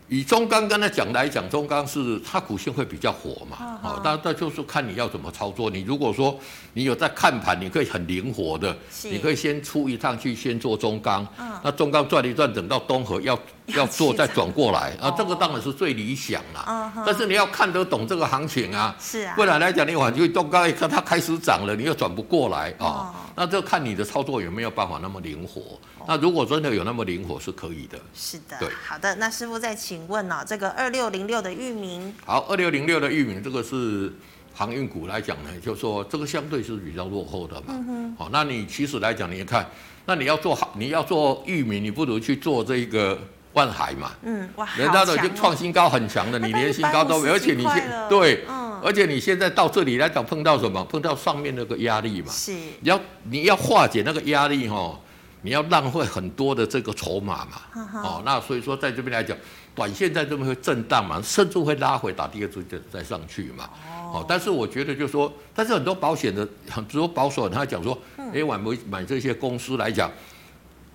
Speaker 2: 以中钢刚才讲来讲，中钢是它股性会比较火嘛，
Speaker 3: 啊
Speaker 2: 哦，那那就是看你要怎么操作。你如果说你有在看盘，你可以很灵活的，
Speaker 3: 是嗯
Speaker 2: 你可以先出一趟去先做中钢，那中钢转一转，等到东河要要做
Speaker 3: 起
Speaker 2: 再
Speaker 3: 涨
Speaker 2: 转过来啊
Speaker 3: 哦，
Speaker 2: 这个当然是最理想
Speaker 3: 嗯
Speaker 2: 啦
Speaker 3: 哼。
Speaker 2: 但是你要看得懂这个行情啊，
Speaker 3: 是啊
Speaker 2: 不然来讲你往去中钢，哎看它开始涨了，你又转不过来
Speaker 3: 哦
Speaker 2: 啊，那就看你的操作有没有办法那么灵活。
Speaker 3: 哦
Speaker 2: 那如果真的有那么灵活，是可以的。
Speaker 3: 是的
Speaker 2: 对，
Speaker 3: 好的。那师傅再请问哦，这个二六零六的域名
Speaker 2: 好，二六零六的域名，这个是航运股来讲呢，就说这个相对是比较落后的
Speaker 3: 嗯
Speaker 2: 嘛。好、那你其实来讲，你也看，那你要做好，你要做域名，你不如去做这个万海嘛。
Speaker 3: 嗯，哇，
Speaker 2: 人家
Speaker 3: 好
Speaker 2: 都已
Speaker 3: 强
Speaker 2: 经
Speaker 3: 哦
Speaker 2: 创新高很强的，
Speaker 3: 那
Speaker 2: 你
Speaker 3: 到
Speaker 2: 连
Speaker 3: 150
Speaker 2: 新高都没有，而且你
Speaker 3: 几
Speaker 2: 现
Speaker 3: 块了
Speaker 2: 对，
Speaker 3: 嗯
Speaker 2: 而且你现在到这里来讲碰到什么？碰到上面那个压力嘛。
Speaker 3: 是
Speaker 2: 你要你要化解那个压力哦，你要浪费很多的这个筹码嘛。哦，那所以说在这边来讲，短线在这边会震荡嘛，甚至会拉回打第二次再再上去嘛。哦，但是我觉得就是说，但是很多保险的很多保守人他讲说，哎、我买买这些公司来讲。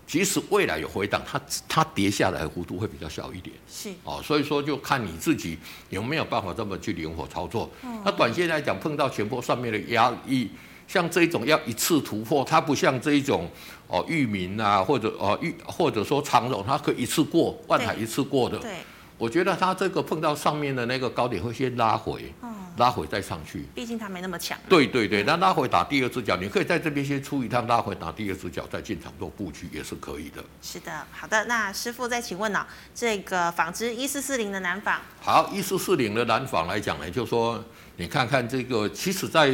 Speaker 2: 即使未来有回档，它它跌下来的幅度会比较小一点。
Speaker 3: 是
Speaker 2: 哦，所以说就看你自己有没有办法这么去灵活操作。
Speaker 3: 嗯
Speaker 2: 那短线来讲，碰到前波上面的压抑，像这种要一次突破，它不像这一种哦域名啊，或者哦域或者说长荣，它可以一次过万海一次过的。
Speaker 3: 对，
Speaker 2: 我觉得它这个碰到上面的那个高点会先拉回，
Speaker 3: 嗯
Speaker 2: 拉回再上去。
Speaker 3: 毕竟它没那么强。
Speaker 2: 对对对，那拉回打第二只脚，你可以在这边先出一趟拉回打第二只脚，再进场做布局也是可以的。
Speaker 3: 是的，好的。那师傅再请问哦，这个纺织一四四零的南纺
Speaker 2: 好，一四四零的南纺来讲呢，就说你看看这个，其实在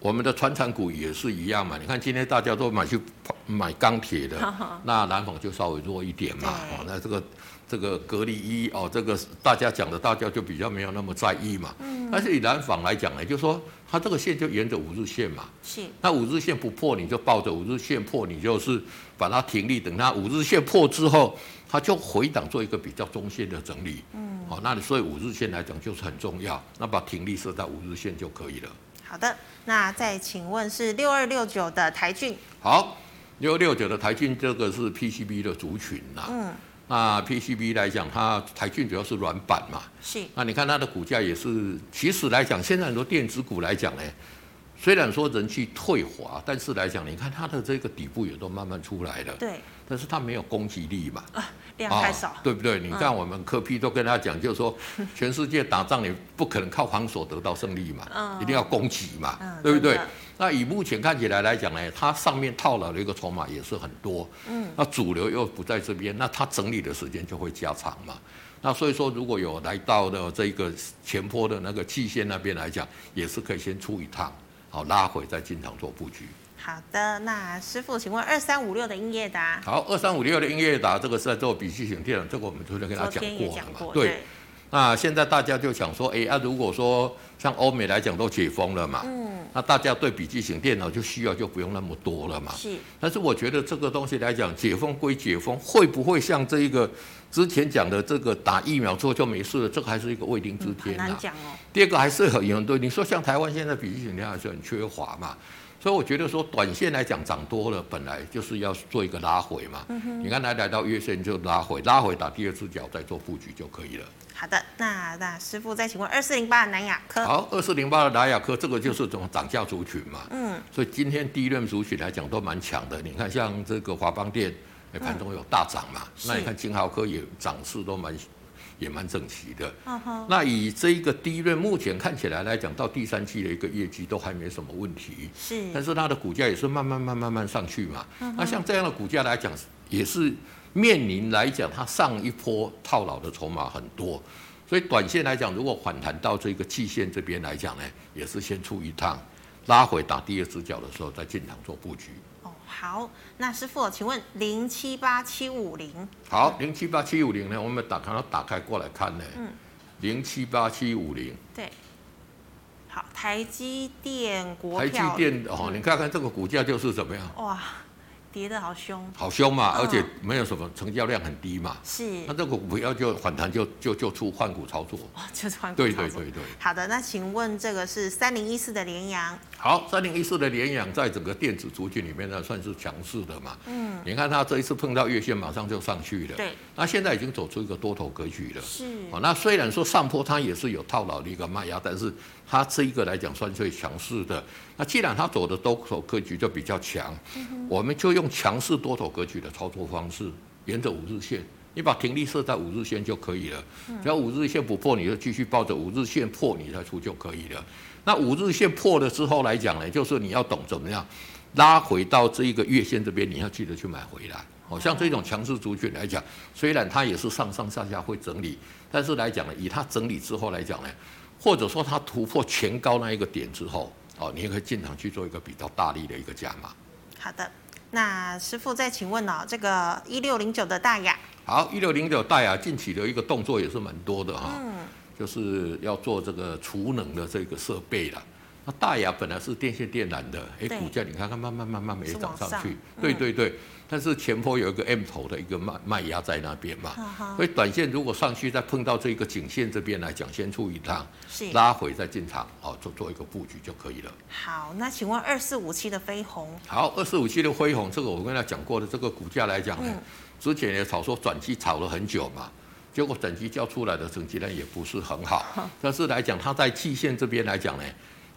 Speaker 2: 我们的传产股也是一样嘛。你看今天大家都买去买钢铁的，那南纺就稍微弱一点嘛。
Speaker 3: 对
Speaker 2: 哦，那这个这个隔离衣哦，这个大家讲的，大家就比较没有那么在意嘛。但是以南纺来讲呢，就说它这个线就沿着五日线嘛。
Speaker 3: 是
Speaker 2: 那五日线不破，你就抱着五日线破，你就是把它停利，等它五日线破之后，它就回档做一个比较中线的整理。嗯，好、那你所以五日线来讲就是很重要，那把停利设在五日线就可以了。
Speaker 3: 好的。那再请问是六二六九的台骏
Speaker 2: 好，六六九的台骏这个是 PCB 的族群呐、嗯，那 PCB 来讲，它台骏主要是软板嘛，
Speaker 3: 是
Speaker 2: 那你看它的股价也是，其实来讲，现在很多电子股来讲呢，虽然说人气退滑，但是来讲，你看它的这个底部也都慢慢出来了，
Speaker 3: 对
Speaker 2: 但是它没有攻击力嘛，啊
Speaker 3: 量啊太少，嗯
Speaker 2: 对不对？你看我们科 P 都跟他讲，就是
Speaker 3: *laughs*
Speaker 2: 说全世界打仗你不可能靠防守得到胜利嘛，一定要攻击嘛，
Speaker 3: 嗯
Speaker 2: 对不对
Speaker 3: 真的？
Speaker 2: 那以目前看起来来讲呢，它上面套牢的一个筹码也是很多，嗯，那主流又不在这边，那它整理的时间就会加长嘛。那所以说，如果有来到的这个前坡的那个季线那边来讲，也是可以先出一趟，好拉回再进场做布局。
Speaker 3: 好的，那师傅，请问二三五六的英业达，
Speaker 2: 好，二三五六的英业达这个是在做笔记型电脑，这个我们昨天跟他
Speaker 3: 昨
Speaker 2: 讲
Speaker 3: 天也
Speaker 2: 过了
Speaker 3: 讲
Speaker 2: 嘛，
Speaker 3: 过，
Speaker 2: 对。那现在大家就想说，哎、啊，如果说像欧美来讲都解封了嘛，嗯，那大家对笔记型电脑就需要就不用那么多了嘛。
Speaker 3: 是
Speaker 2: 但是我觉得这个东西来讲，解封归解封，会不会像这一个之前讲的这个打疫苗之后就没事了？这个还是一个未定之
Speaker 3: 很
Speaker 2: 天啊呐、
Speaker 3: 难讲哦。
Speaker 2: 第二个还是很有很多，你说像台湾现在笔记型电脑还是很缺乏嘛，所以我觉得说短线来讲涨多了，本来就是要做一个拉回嘛。你看它来到月线就拉回，拉回打第二次脚再做布局就可以了。
Speaker 3: 好的，那那师傅再请问二四零八的南亚
Speaker 1: 嗯
Speaker 3: 科，
Speaker 2: 好，二四零八的达雅科这个就是种涨价族群嘛，嗯，所以今天第一轮族群来讲都蛮强的。你看像这个华邦
Speaker 3: 嗯
Speaker 2: 电，哎盘中有大涨嘛，那你看金豪科也涨势都蛮也蛮整齐的。
Speaker 3: 嗯哼，
Speaker 2: 那以这一个第一轮目前看起来来讲，到第三季的一个业绩都还没什么问题，但
Speaker 3: 是
Speaker 2: 是它的股价也是慢慢慢慢慢上去嘛。
Speaker 3: 嗯
Speaker 2: 那像这样的股价来讲，也是面临来讲，它上一波套牢的筹码很多，所以短线来讲，如果反弹到这个季线这边来讲呢，也是先出一趟，拉回打第二只脚的时候再进场做布局。
Speaker 3: 哦，好，那师傅，请问零七八七五零，
Speaker 2: 好，零七八七五零呢，我们打开它打开过来看呢，
Speaker 3: 嗯
Speaker 2: 零七八七五零。
Speaker 3: 对，好，台积电国
Speaker 2: 台积
Speaker 3: 票，
Speaker 2: 电哦，你看看这个股价就是怎么样，
Speaker 3: 哇，跌得好凶，
Speaker 2: 好凶嘛，
Speaker 3: 嗯
Speaker 2: 而且没有什么成交量很低嘛，
Speaker 3: 是
Speaker 2: 那这个股票就反弹就就就出换股操作，
Speaker 3: 哇，就是换股
Speaker 2: 对
Speaker 3: 操
Speaker 2: 对
Speaker 3: 作
Speaker 2: 对对。
Speaker 3: 好的，那请问这个是三零一四的联阳，
Speaker 2: 好，三零一四的联阳在整个电子族群里面呢，算是强势的嘛。嗯，你看它这一次碰到月线，马上就上去了。
Speaker 3: 对，
Speaker 2: 那现在已经走出一个多头格局了。
Speaker 3: 是
Speaker 2: 哦，那虽然说上坡它也是有套牢的一个卖压，但是它这一个来讲算最强势的。那既然它走的多头格局就比较强，
Speaker 3: 嗯
Speaker 2: 我们就用强势多头格局的操作方式，沿着五日线，你把停利设在五日线就可以了。
Speaker 3: 嗯
Speaker 2: 只要五日线不破，你就继续抱着五日线破你再出就可以了。那五日线破了之后来讲呢，就是你要懂怎么样拉回到这一个月线这边，你要记得去买回来。哦，像这种强势族群来讲，虽然它也是上上下下会整理，但是来讲呢，以它整理之后来讲呢，或者说它突破前高那一个点之后，哦，你也可以进场去做一个比较大力的一个加码。
Speaker 3: 好的。那师傅再请问哦，这个一六零九的大雅
Speaker 2: 好，一六零九大雅近期的一个动作也是蛮多的哈、就是要做这个储能的这个设备了。那大雅本来是电线电缆的，哎，
Speaker 3: 对
Speaker 2: 股价你看看慢慢慢慢慢也
Speaker 3: 是
Speaker 2: 涨
Speaker 3: 往
Speaker 2: 上
Speaker 3: 上
Speaker 2: 去，
Speaker 3: 嗯
Speaker 2: 对对对。但是前坡有一个 M 头的一个卖卖压在那边嘛，
Speaker 3: 哈哈，
Speaker 2: 所以短线如果上去再碰到这个颈线这边来讲，先出一趟，
Speaker 3: 是
Speaker 2: 拉回再进场，哦，做做一个布局就可以了。
Speaker 3: 好。那请问二四五七的飞鸿
Speaker 2: 好，二四五七的辉鸿，这个我跟他讲过的，这个股价来讲呢，之前也炒说转机炒了很久嘛，结果转机交出来的成绩呢也不是很好，但是来讲它在季线这边来讲呢。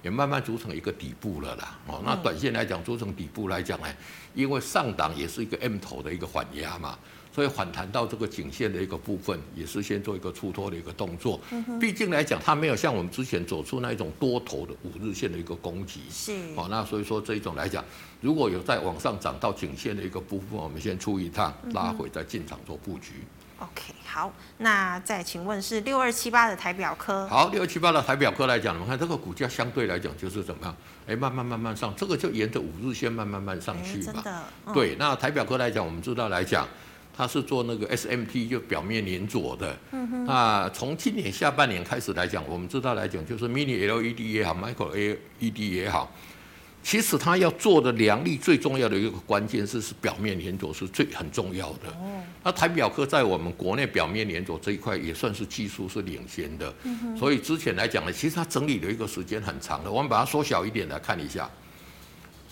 Speaker 2: 也慢慢组成一个底部了啦，哦，那短线来讲组成底部来讲呢，因为上档也是一个 M 头的一个缓压嘛，所以反弹到这个颈线的一个部分，也是先做一个出脱的一个动作。毕竟来讲，它没有像我们之前走出那一种多头的五日线的一个攻击，
Speaker 3: 是
Speaker 2: 好、哦那所以说这一种来讲，如果有再往上涨到颈线的一个部分，我们先出一趟，
Speaker 3: 嗯
Speaker 2: 拉回再进场做布局。
Speaker 3: OK，好。那再请问是六二七八的台表科
Speaker 2: 好，六七八的台表科来讲，我们看这个股价相对来讲就是怎么样？哎，慢慢慢慢上，这个就沿着五日线慢慢慢慢上
Speaker 3: 哎
Speaker 2: 去
Speaker 3: 真
Speaker 2: 嘛。
Speaker 3: 的，嗯，
Speaker 2: 对，那台表科来讲，我们知道来讲，它是做那个 SMT 就表面连锁的。嗯那从今年下半年开始来讲，我们知道来讲就是 Mini LED 也好，Micro LED 也好，其实它要做的良率最重要的一个关键是是表面连锁是最很重要的。哦。那台表科在我们国内表面连锁这一块也算是技术是领先的。嗯所以之前来讲呢，其实它整理的一个时间很长的，我们把它缩小一点来看一下。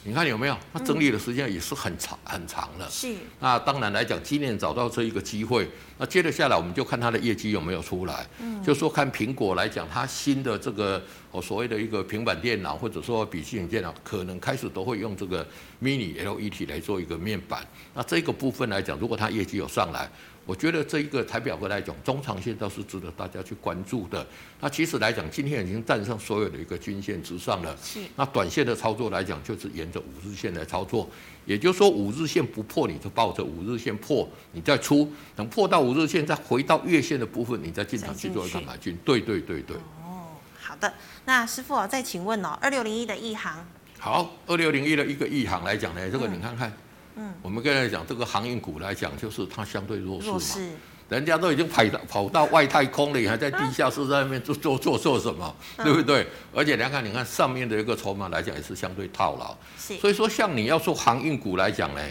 Speaker 2: 你看有没有？它整理的时间也是很长、很长了。
Speaker 3: 嗯是
Speaker 2: 那当然来讲，今年找到这一个机会，那接着下来我们就看它的业绩有没有出来。嗯，就说看苹果来讲，它新的这个我所谓的一个平板电脑或者说笔记本电脑，可能开始都会用这个 mini LED 来做一个面板。那这个部分来讲，如果它业绩有上来，我觉得这一个台表格来讲，中长线倒是值得大家去关注的。那其实来讲，今天已经站上所有的一个均线之上了。
Speaker 3: 是
Speaker 2: 那短线的操作来讲，就是沿着五日线来操作，也就是说五日线不破，你就抱着五日线破，你再出，等破到五日线，再回到月线的部分，你再进场
Speaker 3: 再
Speaker 2: 去
Speaker 3: 进
Speaker 2: 做一个
Speaker 3: 去
Speaker 2: 买进。对对对对，
Speaker 3: 哦，好的。那师傅哦，再请问哦，二六零一的亿航
Speaker 2: 好，二六零一的一个亿航来讲呢，这个你看看，嗯，我们刚才讲这个航运股来讲，就是它相对弱势
Speaker 3: 弱
Speaker 2: 嘛，
Speaker 3: 势
Speaker 2: 人家都已经跑到跑到外太空了，你还在地下室在那边做做做做什么，
Speaker 3: 嗯
Speaker 2: 对不对？而且你看，你看上面的一个筹码来讲也是相对套牢，
Speaker 3: 是
Speaker 2: 所以说，像你要说航运股来讲呢，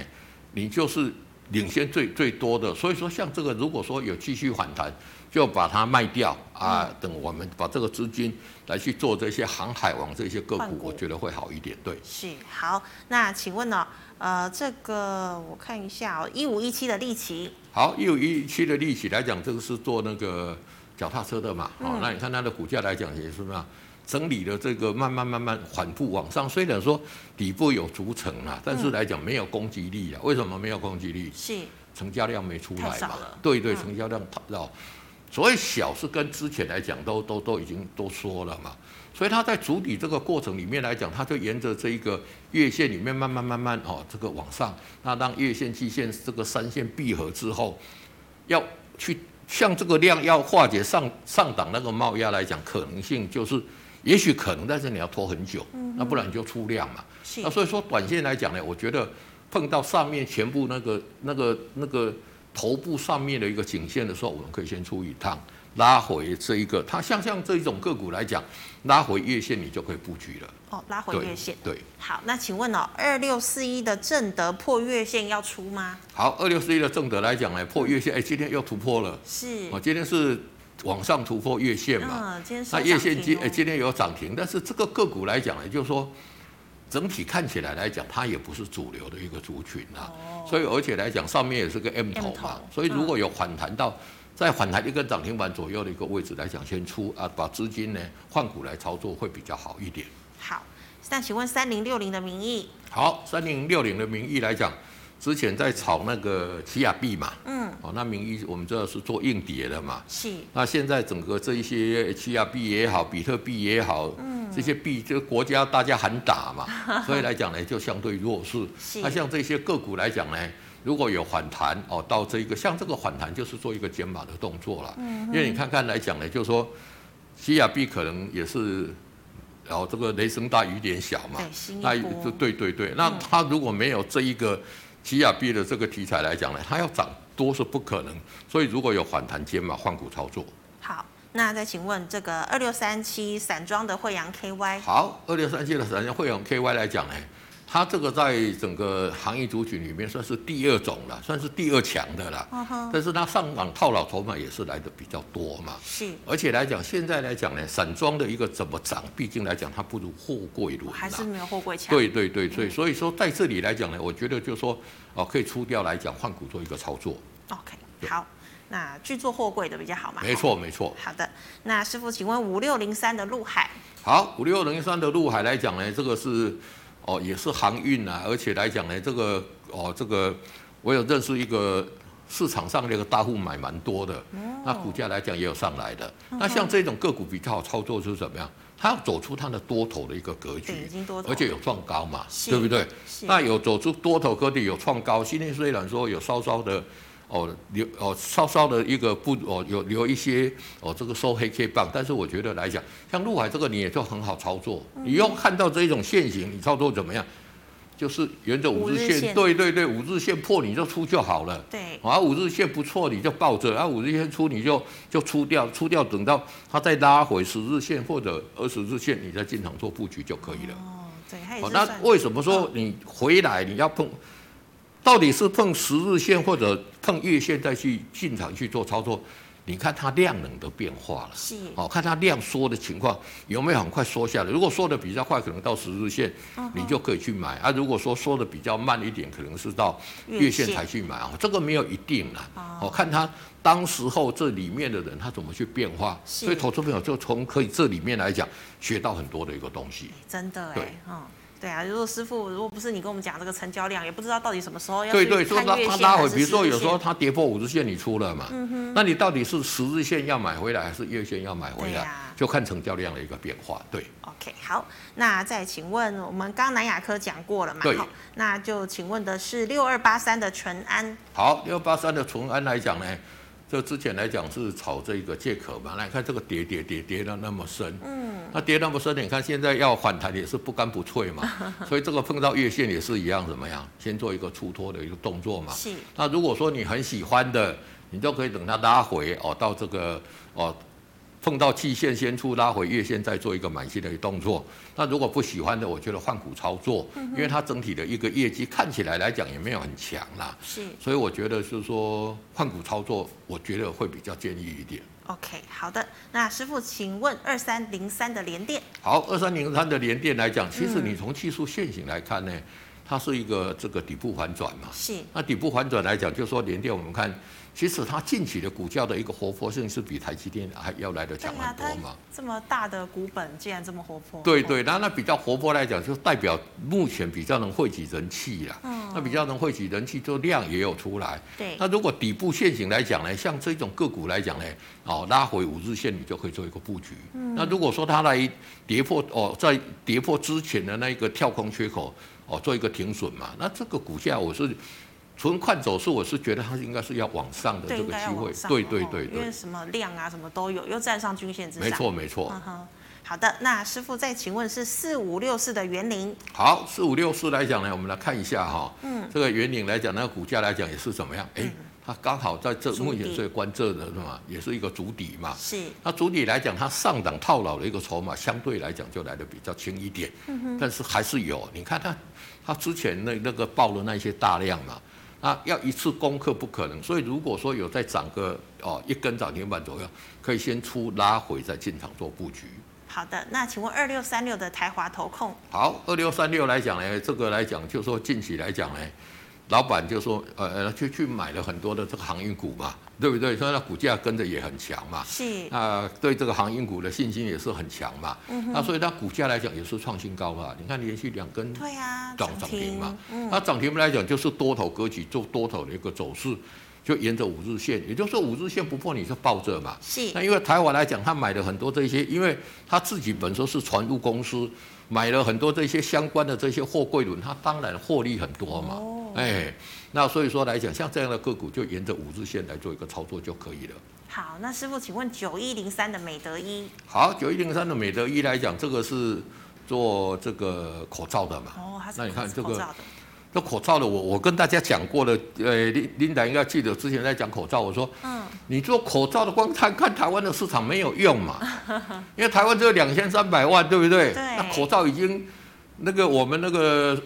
Speaker 2: 你就是领先最最多的。所以说，像这个如果说有继续反弹，就把它卖掉啊，等我们把这个资金来去做这些航海王这些个
Speaker 3: 换
Speaker 2: 股，
Speaker 3: 股
Speaker 2: 我觉得会好一点。对，
Speaker 3: 是好。那请问哦，呃，这个我看一下哦，一五一七的利奇
Speaker 2: 好，一五一七的利息来讲，这个是做那个脚踏车的嘛，好、那你看它的股价来讲也是什么？整理的这个慢慢慢慢缓步往上，虽然说底部有逐层啊，但是来讲没有攻击力啊。为什么没有攻击力？
Speaker 3: 是
Speaker 2: 成交量没出来
Speaker 3: 太少
Speaker 2: 嘛
Speaker 3: 了，
Speaker 2: 对对，
Speaker 3: 嗯
Speaker 2: 成交量太少，所以小是跟之前来讲都都都已经都说了嘛，所以它在主底这个过程里面来讲，它就沿着这一个月线里面慢慢慢慢哦这个往上，那当月线、季线这个三线闭合之后，要去像这个量要化解上上档那个冒压来讲，可能性就是也许可能，但是你要拖很久，那不然你就出量嘛。
Speaker 3: 是
Speaker 2: 那所以说，短线来讲呢，我觉得碰到上面全部那个、那个、那个头部上面的一个颈线的时候，我们可以先出一趟。拉回这一个，它像像这一种个股来讲，拉回月线你就可以布局了。
Speaker 1: 哦，拉回
Speaker 2: 对
Speaker 1: 月线。
Speaker 2: 对，
Speaker 1: 好，那请问哦，二六四一的正德破月线要出吗？
Speaker 2: 好，二六四一的正德来讲呢，破月线，哎、今天又突破了，
Speaker 1: 是
Speaker 2: 哦，，今天是往上突破月线嘛。
Speaker 1: 嗯，今天收
Speaker 2: 那
Speaker 1: 涨
Speaker 2: 月线今
Speaker 1: 停哦
Speaker 2: 呃今天有涨停，但是这个个股来讲呢，也就是说整体看起来来讲，它也不是主流的一个族群啊。
Speaker 1: 哦
Speaker 2: 所以而且来讲，上面也是个 M 头
Speaker 1: M 头
Speaker 2: 嘛，所以如果有反弹到。在反弹一个涨停板左右的一个位置来讲，先出啊，把资金呢换股来操作会比较好一点。
Speaker 1: 好，那请问三零六零的名义，
Speaker 2: 好，三零六零的名义来讲，之前在炒那个奇亚币嘛，
Speaker 1: 嗯，
Speaker 2: 哦，那名义我们知道是做硬碟的嘛，
Speaker 1: 是
Speaker 2: 那现在整个这一些 H E R 币也好，比特币也好，
Speaker 1: 嗯
Speaker 2: 这些币这个国家大家喊打
Speaker 1: *laughs*
Speaker 2: 嘛，所以来讲呢就相对弱势
Speaker 1: 是。
Speaker 2: 那像这些个股来讲呢，如果有反弹哦，到这个像这个反弹就是做一个减码的动作了，
Speaker 1: 嗯
Speaker 2: 因为你看看来讲呢，就是说 H E R 币可能也是。然后这个雷声大雨点小嘛
Speaker 1: 对新一，
Speaker 2: 那
Speaker 1: 波嗯
Speaker 2: 就对对对，那它如果没有这一个奇亚币的这个题材来讲呢，它要涨多是不可能，所以如果有反弹减码换股操作。
Speaker 1: 好。那再请问这个二六三七散装的惠阳 KY
Speaker 2: 好，二六三七的闪电会用 KY 来讲呢，它这个在整个行业族群里面算是第二种了，算是第二强的了。
Speaker 1: 嗯
Speaker 2: 但是它上网套牢筹码也是来的比较多嘛。
Speaker 1: 是
Speaker 2: 而且来讲，现在来讲呢，散装的一个怎么涨，毕竟来讲它不如货柜轮、啊，
Speaker 1: 还是没有货柜强？，嗯
Speaker 2: 对对对，所以所以说在这里来讲呢，我觉得就是说哦，可以出掉来讲换股做一个操作，
Speaker 1: OK，好，那去做货柜的比较好嘛？
Speaker 2: 没。错没错。
Speaker 1: 好的，那师傅，请问五六零三的陆海
Speaker 2: 好，五六零三的陆海来讲呢，这个是哦，也是航运啊，而且来讲呢，这个哦，这个我有认识一个市场上的一个大户买蛮多的，
Speaker 1: 哦
Speaker 2: 那股价来讲也有上来的。
Speaker 1: 嗯
Speaker 2: 那像这种个股比较好操作就是怎么样？它要走出它的多头的一个格
Speaker 1: 对已
Speaker 2: 局
Speaker 1: 经多，头
Speaker 2: 而且有创高嘛，
Speaker 1: 是
Speaker 2: 对不对？
Speaker 1: 是
Speaker 2: 那有走出多头格局，有创高，今天虽然说有稍稍的。哦，留哦，稍稍的一个不哦，有留一些哦，这个收黑 K 棒，但是我觉得来讲，像陆海这个你也就很好操作，你要看到这一种现形，你操作怎么样？就是沿着五
Speaker 1: 五
Speaker 2: 日
Speaker 1: 日
Speaker 2: 线，
Speaker 1: 线
Speaker 2: 对对对，五日线破你就出就好了。
Speaker 1: 对
Speaker 2: 啊，五日线不错，你就抱着；啊，五日线出你就就出掉，出掉等到它再拉回十日线或者二十日线，你再进场做布局就可以了。
Speaker 1: 哦，对，它也
Speaker 2: 哦
Speaker 1: 是，
Speaker 2: 那
Speaker 1: 算嗯
Speaker 2: 为什么说你回来你要碰，到底是碰十日线或者碰月线再去进场去做操作？你看它量能的变化了，
Speaker 1: 是
Speaker 2: 哦，看它量缩的情况有没有很快缩下来。如果缩的比较快，可能到十日线，
Speaker 1: 嗯
Speaker 2: 你就可以去买啊。如果说缩的比较慢一点，可能是到月线才去买啊、哦。这个没有一定啦，哦，看它当时候这里面的人他怎么去变化。
Speaker 1: 是
Speaker 2: 所以投资朋友就从可以这里面来讲学到很多的一个东西。
Speaker 1: 真的哎
Speaker 2: 对，
Speaker 1: 嗯，对啊，如果师傅如果不是你跟我们讲这个成交量，也不知道到底什么时候要
Speaker 2: 对
Speaker 1: 去
Speaker 2: 对，说
Speaker 1: 看
Speaker 2: 它
Speaker 1: 月
Speaker 2: 它
Speaker 1: 线
Speaker 2: 拉
Speaker 1: 还
Speaker 2: 回，
Speaker 1: 是
Speaker 2: 比如说
Speaker 1: 十日
Speaker 2: 有时候
Speaker 1: 线嗯
Speaker 2: 它跌破五日线，你出了嘛，那你到底是十日线要买回来，还是月线要买回
Speaker 1: 对啊
Speaker 2: 来，
Speaker 1: 呀
Speaker 2: 就看成交量的一个变化。对，
Speaker 1: OK 好，那再请问我们刚南亚科讲过了嘛？
Speaker 2: 对
Speaker 1: 好，那就请问的是六二八三的淳安
Speaker 2: 好，六八三的淳安来讲呢，这之前来讲是炒这个借口嘛，那你看这个跌跌跌跌的那么深，嗯，那跌那么深，你看现在要反弹也是不干不脆嘛，
Speaker 1: *laughs*
Speaker 2: 所以这个碰到月线也是一样怎么样，先做一个出脱的一个动作嘛，
Speaker 1: 是
Speaker 2: 那如果说你很喜欢的，你就可以等它拉回哦，到这个哦。碰到季线先出拉回月线，再做一个满线的一个动作。那如果不喜欢的，我觉得换股操作，因为它整体的一个业绩看起来来讲也没有很强啦。
Speaker 1: 是
Speaker 2: 所以我觉得就是说换股操作，我觉得会比较建议一点。
Speaker 1: OK 好的，那师傅请问二三零三的联电
Speaker 2: 好，二三零三的联电来讲，其实你从技术线型来看呢，它是一个这个底部反转嘛。
Speaker 1: 是
Speaker 2: 那底部反转来讲，就是说联电我们看，其实它近期的股价的一个活泼性是比台积电还要来的
Speaker 1: 对
Speaker 2: 强
Speaker 1: 啊
Speaker 2: 很，多
Speaker 1: 它
Speaker 2: 嘛。
Speaker 1: 这么大的股本竟然这么活泼，
Speaker 2: 对对，那那比较活泼来讲，就代表目前比较能汇集人气啦。嗯，那比较能汇集人气，就量也有出来。
Speaker 1: 对
Speaker 2: 那如果底部现行来讲呢，像这种个股来讲呢，哦，拉回五日线你就可以做一个布局。
Speaker 1: 嗯
Speaker 2: 那如果说它来跌破哦，在跌破之前的那一个跳空缺口哦，做一个停损嘛，那这个股价我是纯看走势，我是觉得它应该是要往上的
Speaker 1: 对
Speaker 2: 这
Speaker 1: 应
Speaker 2: 个
Speaker 1: 该
Speaker 2: 机
Speaker 1: 要
Speaker 2: 会
Speaker 1: 往。上
Speaker 2: 对
Speaker 1: 哦
Speaker 2: 对对
Speaker 1: 因
Speaker 2: 对
Speaker 1: 为，什么量啊什么都有，又站上均线之上，
Speaker 2: 没错没错。
Speaker 1: 嗯哼，好的，那师傅再请问是四五六四的园林
Speaker 2: 好，四五六四来讲呢，我们来看一下哈、嗯，这个圆领来讲，那个股价来讲也是怎么样？哎、它刚好在这
Speaker 1: 筑底
Speaker 2: 目前最关这的嘛，也是一个主底嘛。
Speaker 1: 是
Speaker 2: 那主体来讲，它上档套牢的一个筹码，相对来讲就来的比较轻一点，但是还是有。你看它，它之前那那个爆了那些大量嘛，啊，要一次攻克不可能。所以如果说有再涨个哦一根涨停板左右，可以先出拉回再进场做布局。
Speaker 1: 好的。那请问二六三六的台华投控
Speaker 2: 好，二六三六来讲呢，这个来讲就说近期来讲呢，老板就说呃呃去去买了很多的这个航运股嘛，对不对？所以它股价跟着也很强嘛。
Speaker 1: 是
Speaker 2: 那、对这个航运股的信心也是很强嘛。
Speaker 1: 嗯
Speaker 2: 那所以它股价来讲也是创新高嘛。你看连续两根
Speaker 1: 对啊，
Speaker 2: 涨
Speaker 1: 涨
Speaker 2: 涨停嘛，
Speaker 1: 嗯，
Speaker 2: 那涨停来讲就是多头格局，做多头的一个走势，就沿着五日线，也就是说五日线不破你就抱着嘛。
Speaker 1: 是
Speaker 2: 那因为台湾来讲，他买了很多这些，因为他自己本身是船务公司，买了很多这些相关的这些货柜轮，他当然获利很多嘛。
Speaker 1: 哦
Speaker 2: 哎，那所以说来讲，像这样的个股就沿着五日线来做一个操作就可以了。
Speaker 1: 好。那师傅，请问九一零三的美德一
Speaker 2: 好，九一零三的美德一来讲，这个是做这个口罩的嘛？
Speaker 1: 哦，它是
Speaker 2: 那你看这
Speaker 1: 口
Speaker 2: 个
Speaker 1: 罩的
Speaker 2: 这口罩的我，我跟大家讲过了，呃，琳琳达应该记得之前在讲口罩，我说
Speaker 1: 嗯，
Speaker 2: 你做口罩的光看看台湾的市场没有用嘛，因为台湾只有两千三百万，对不
Speaker 1: 对
Speaker 2: 对？那口罩已经那个我们那个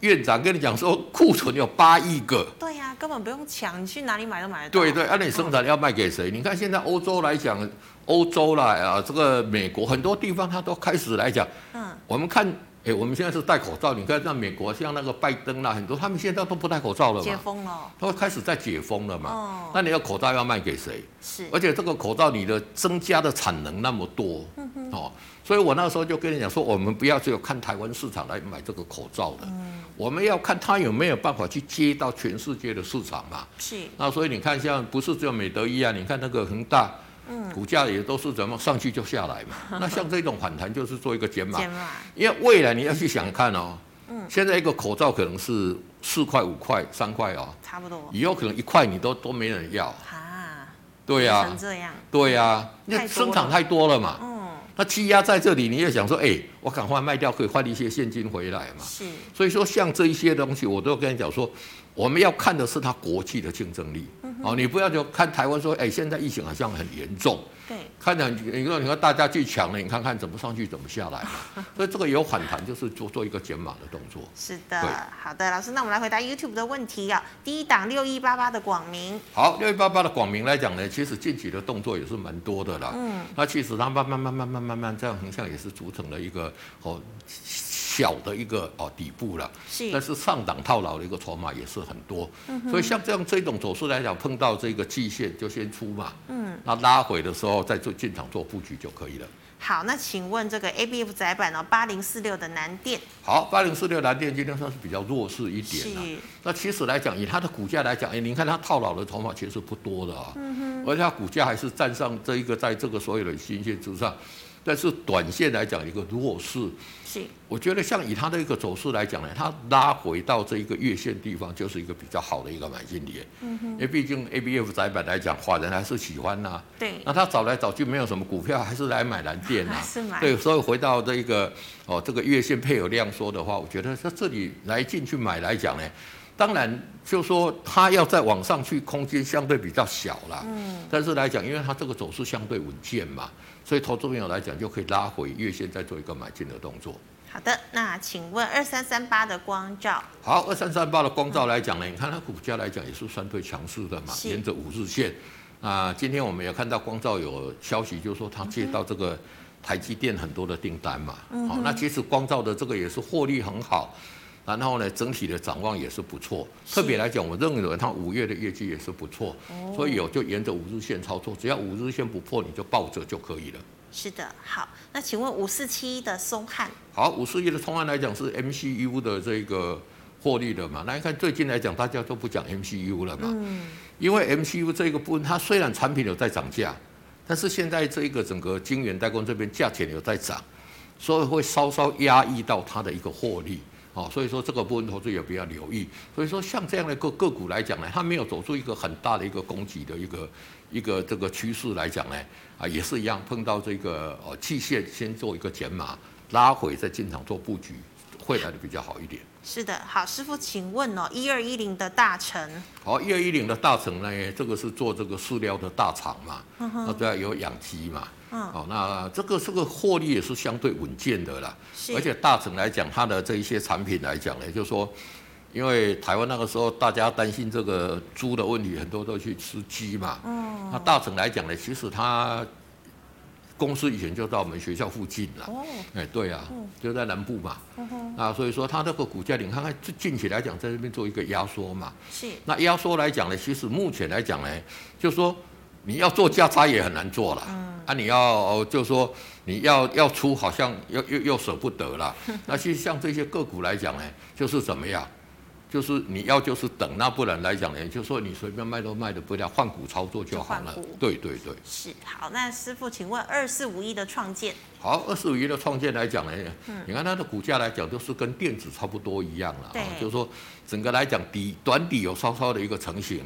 Speaker 2: 院长跟你讲说库存有八亿个，
Speaker 1: 对呀、根本不用抢，你去哪里买都买得到。
Speaker 2: 对对，按、啊、你生产要卖给谁？你看现在欧洲来讲，欧洲啦啊，这个美国很多地方它都开始来讲，
Speaker 1: 嗯，
Speaker 2: 我们看，哎，我们现在是戴口罩，你看像美国像那个拜登啊啦，很多他们现在都不戴口罩了
Speaker 1: 解
Speaker 2: 嘛，
Speaker 1: 封了，
Speaker 2: 都开始在解封了嘛。
Speaker 1: 哦
Speaker 2: 那你要口罩要卖给谁？
Speaker 1: 是
Speaker 2: 而且这个口罩你的增加的产能那么多，
Speaker 1: 嗯
Speaker 2: 哦，所以我那时候就跟你讲说，我们不要只有看台湾市场来买这个口罩的，
Speaker 1: 嗯
Speaker 2: 我们要看它有没有办法去接到全世界的市场嘛。
Speaker 1: 是
Speaker 2: 那所以你看，像不是只有美德一啊，你看那个恒大，股价也都是怎么上去就下来嘛。那像这种反弹就是做一个减码，
Speaker 1: 嗯减码，嗯
Speaker 2: 因为未来你要去想看哦，现在一个口罩可能是四块、五块、三块哦，
Speaker 1: 差不多
Speaker 2: 以后可能一块你都都没人要，
Speaker 1: 啊，
Speaker 2: 对呀、
Speaker 1: 成这样，
Speaker 2: 对呀、那
Speaker 1: 太多了
Speaker 2: 生产太多了嘛，
Speaker 1: 嗯，
Speaker 2: 那积压在这里，你也想说，哎、我赶快卖掉可以换一些现金回来嘛。
Speaker 1: 是
Speaker 2: 所以说，像这一些东西，我都跟你讲说，我们要看的是它国际的竞争力。哦，你不要就看台湾说，哎，现在疫情好像很严重，
Speaker 1: 对，
Speaker 2: 看着你说你看大家去抢了，你看看怎么上去怎么下来嘛。所以这个有反弹，就是做做一个减码的动作。
Speaker 1: 是
Speaker 2: 对
Speaker 1: 的，好的，老师，那我们来回答 YouTube 的问题啊、第一档六一八八的广明，
Speaker 2: 好，六一八八的广明来讲呢，其实近期的动作也是蛮多的啦。嗯，那其实它慢慢慢慢慢慢慢这样横向也是组成了一个哦小的一个哦底部了。但
Speaker 1: 是
Speaker 2: 是上档套牢的一个筹码也是很多，所以像这样这种走势来讲，碰到这个季线就先出嘛，嗯，那拉回的时候再做进场做布局就可以了。
Speaker 1: 好，那请问这个 ABF 窄板哦，八零四六的南电
Speaker 2: 好，八零四六蓝电今天算是比较弱势一点啊了、
Speaker 1: 是
Speaker 2: 那其实来讲，以它的股价来讲，哎，您看它套牢的筹码其实不多的啊，嗯、而且它股价还是站上这一个在这个所有的均线之上，但是短线来讲一个弱势，
Speaker 1: 是
Speaker 2: 我觉得像以它的一个走势来讲呢，它拉回到这一个月线地方，就是一个比较好的一个买进点。嗯因为毕竟 A B F 窄板来讲，法人还是喜欢呐、
Speaker 1: 对
Speaker 2: 那他找来找去没有什么股票，还是来买蓝电呐、
Speaker 1: 还是买
Speaker 2: 对，所以回到这一个哦，这个月线配偶量说的话，我觉得在这里来进去买来讲呢，当然就说它要再往上去，空间相对比较小啦。嗯。但是来讲，因为它这个走势相对稳健嘛，所以投资朋友来讲就可以拉回月线，再做一个买进的动作。
Speaker 1: 好的，那请问二三三八的光照
Speaker 2: 好，二三三八的光照来讲呢，你看它股价来讲也是相对强势的嘛，
Speaker 1: 是
Speaker 2: 沿着五日线。啊、今天我们也看到光照有消息，就是说它接到这个台积电很多的订单嘛。好、那其实光照的这个也是获利很好，然后呢，整体的展望也是不错。特别来讲，我认为它五月的业绩也是不错，所以有就沿着五日线操作，只要五日线不破，你就抱着就可以了。
Speaker 1: 是的，好，那请问五四七的松汉
Speaker 2: 好，五四一的通案来讲是 MCU 的这个获利的嘛，那你看最近来讲，大家都不讲 MCU 了嘛，因为 MCU 这个部分，它虽然产品有在涨价，但是现在这个整个晶圆代工这边价钱有在涨，所以会稍稍压抑到它的一个获利。哦，所以说这个部分投资也比较留意。所以说像这样的一个个股来讲呢，它没有走出一个很大的一个供给的一个一个这个趋势来讲呢，啊，也是一样碰到这个哦季线先做一个减码，拉回再进场做布局，会来的比较好一点。
Speaker 3: 是的，好，师傅，请问哦，一二一零的大成，
Speaker 2: 好，一二一零的大成呢，这个是做这个饲料的大厂嘛，那对啊有养鸡嘛，哦，那这个这个获利也是相对稳健的啦。
Speaker 3: 是
Speaker 2: 而且大成来讲，它的这一些产品来讲呢，就是说，因为台湾那个时候大家担心这个猪的问题，很多都去吃鸡嘛。
Speaker 1: 哦
Speaker 2: 嗯。那大成来讲呢，其实它公司以前就在我们学校附近啦。
Speaker 3: 哦，
Speaker 2: 哎，对啊，就在南部嘛。啊，所以说它那个股价，你看看最近期来讲，在这边做一个压缩嘛。
Speaker 3: 是
Speaker 2: 那压缩来讲呢，其实目前来讲呢，就说你要做价差也很难做了。
Speaker 3: 嗯
Speaker 2: 啊，你要就说你要要出，好像又又又舍不
Speaker 3: *laughs*
Speaker 2: 得了。那其实像这些个股来讲呢，就是怎么样？就是你要就是等，那不然来讲呢，就说你随便卖都卖的不了，换股操作就好
Speaker 3: 就
Speaker 2: 了
Speaker 3: 换股。
Speaker 2: 对对对。
Speaker 3: 是，好，那师傅，请问二四五一的创建
Speaker 2: 好，二十五亿的创建来讲呢，你看它的股价来讲，都是跟电子差不多一样了
Speaker 3: 对
Speaker 2: 啊，就是说整个来讲底短底有稍稍的一个成型。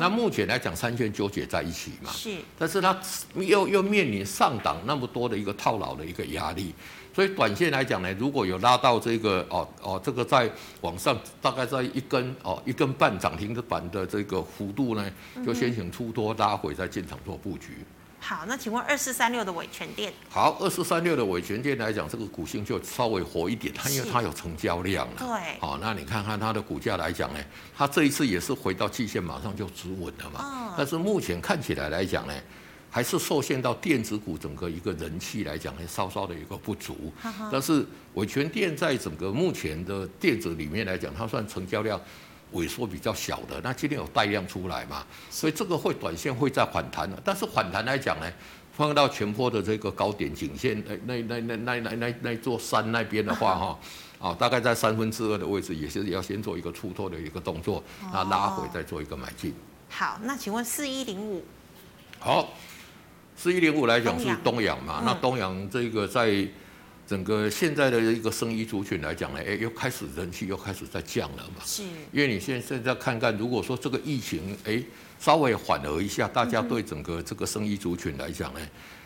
Speaker 2: 那目前来讲，三线纠结在一起嘛，
Speaker 3: 是
Speaker 2: 但是它又又面临上档那么多的一个套牢的一个压力，所以短线来讲呢，如果有拉到这个哦哦这个在往上大概在一根哦一根半涨停板的这个幅度呢，就先行出多拉回再进场做布局。
Speaker 3: 好，那请问二四三六的伟全店
Speaker 2: 好，二四三六的尾权店来讲，这个股性就稍微活一点，它因为
Speaker 3: 是
Speaker 2: 它有成交量啊了。
Speaker 3: 对
Speaker 2: 好、那你看看它的股价来讲呢，它这一次也是回到季线，马上就止稳了嘛。
Speaker 3: 嗯
Speaker 2: 但是目前看起来来讲呢，还是受限到电子股整个一个人气来讲，还稍稍的有个不足。但是伟权店在整个目前的电子里面来讲，它算成交量。萎缩比较小的，那今天有带量出来嘛，所以这个会短线会在反弹的，但是反弹来讲呢，放到前坡的这个高点颈线，那那那那那那那座山那边的话哈，哦，大概在三分之二的位置，也是要先做一个出脱的一个动作，那拉回再做一个买进。
Speaker 3: 好，那请问四一零五
Speaker 2: 好，四一零五来讲
Speaker 3: 东
Speaker 2: 是
Speaker 3: 阳
Speaker 2: 东阳嘛，
Speaker 3: 嗯
Speaker 2: 那东阳这个在整个现在的一个生意族群来讲呢，哎，又开始人气又开始在降了嘛。
Speaker 3: 是
Speaker 2: 因为你现现在看看，如果说这个疫情哎稍微缓和一下，大家对整个这个生意族群来讲呢，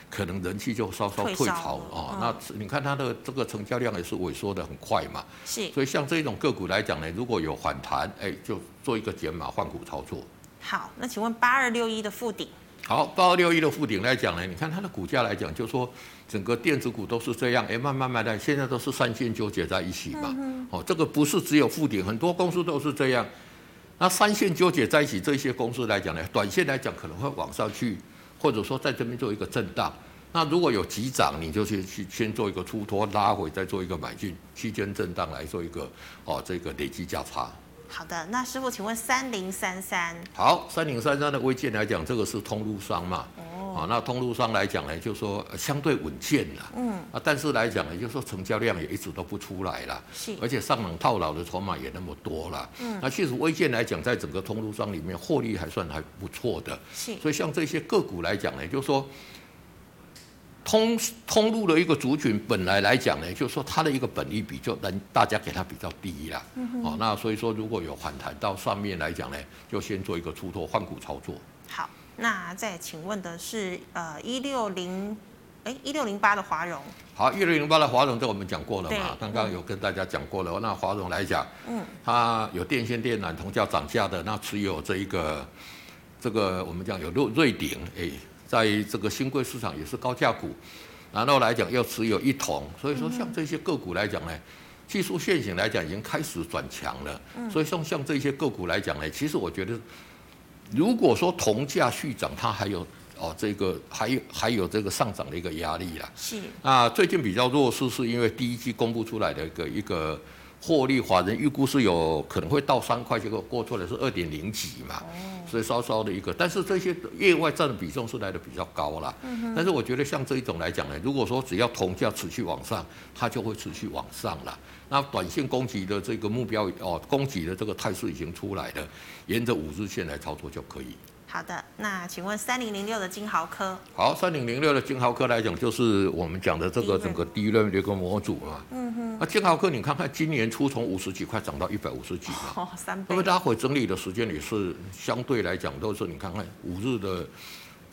Speaker 2: 可能人气就稍稍
Speaker 3: 退
Speaker 2: 退
Speaker 3: 烧
Speaker 2: 潮
Speaker 3: 了
Speaker 2: 哦
Speaker 3: 嗯。
Speaker 2: 那你看它的这个成交量也是萎缩的很快嘛，
Speaker 3: 是
Speaker 2: 所以像这种个股来讲呢，如果有反弹，哎，就做一个减码换股操作。
Speaker 3: 好，那请问八二六一的附顶
Speaker 2: 好，八二六一的附顶来讲呢，你看它的股价来讲，就说整个电子股都是这样，哎，慢慢慢的，现在都是三线纠结在一起嘛。哦，这个不是只有附顶，很多公司都是这样。那三线纠结在一起，这些公司来讲呢，短线来讲可能会往上去，或者说在这边做一个震荡。那如果有急涨，你就去去先做一个出脱拉回，再做一个买进，区间震荡来做一个哦这个累积价差。
Speaker 3: 好的，那师傅，请问三零三三
Speaker 2: 好，三零三三的微建来讲，这个是通路商嘛。哦。啊，那通路商来讲呢，就说呃相对稳健啦。嗯。啊，但是来讲呢，就说成交量也一直都不出来啦。
Speaker 3: 是
Speaker 2: 而且上冷套牢的筹码也那么多啦。嗯。那其实微建来讲，在整个通路商里面，获利还算还不错的。
Speaker 3: 是
Speaker 2: 所以像这些个股来讲呢，就是说通通路的一个族群，本来来讲呢，就是说它的一个本益比就能大家给它比较低啦。哦，那所以说如果有反弹到上面来讲呢，就先做一个出脱换股操作。
Speaker 3: 好，那再请问的是呃一六零哎一六零八的华融
Speaker 2: 好，一六零八的华融，这我们讲过了
Speaker 3: 对
Speaker 2: 嘛，刚刚有跟大家讲过了。那华融来讲，
Speaker 3: 嗯，
Speaker 2: 它有电线电缆同价涨价的，那持有这一个这个我们讲有瑞瑞鼎，哎，在这个新贵市场也是高价股，然后来讲又持有一桶，所以说像这些个股来讲呢。
Speaker 3: 嗯
Speaker 2: 技术线型来讲已经开始转强了，
Speaker 3: 嗯
Speaker 2: 所以像像这些个股来讲呢，其实我觉得如果说铜价续涨，它还有哦这个还有还有这个上涨的一个压力啦。
Speaker 3: 是
Speaker 2: 那最近比较弱势，是因为第一季公布出来的一个一个获利，法人预估是有可能会到三块，结果过出来是二点零几嘛，所以稍稍的一个，但是这些业外占的比重是来的比较高啦。但是我觉得像这一种来讲呢，如果说只要铜价持续往上，它就会持续往上了。那短线攻击的这个目标哦，攻击的这个态势已经出来了，沿着五日线来操作就可以。
Speaker 3: 好的，那请问三零零六的金豪科
Speaker 2: 好，三零零六的金豪科来讲，就是我们讲的这个
Speaker 3: 第一任
Speaker 2: 整个第一任的一个模组嘛。嗯哼。那金豪科，你看看今年初从五十几块涨到一百五十几嘛，
Speaker 3: 哦三
Speaker 2: 那
Speaker 3: 倍
Speaker 2: 么拉回整理的时间也是相对来讲都是你看看五日的，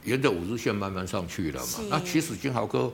Speaker 2: 沿着五日线慢慢上去了嘛
Speaker 3: 是。
Speaker 2: 那其实金豪科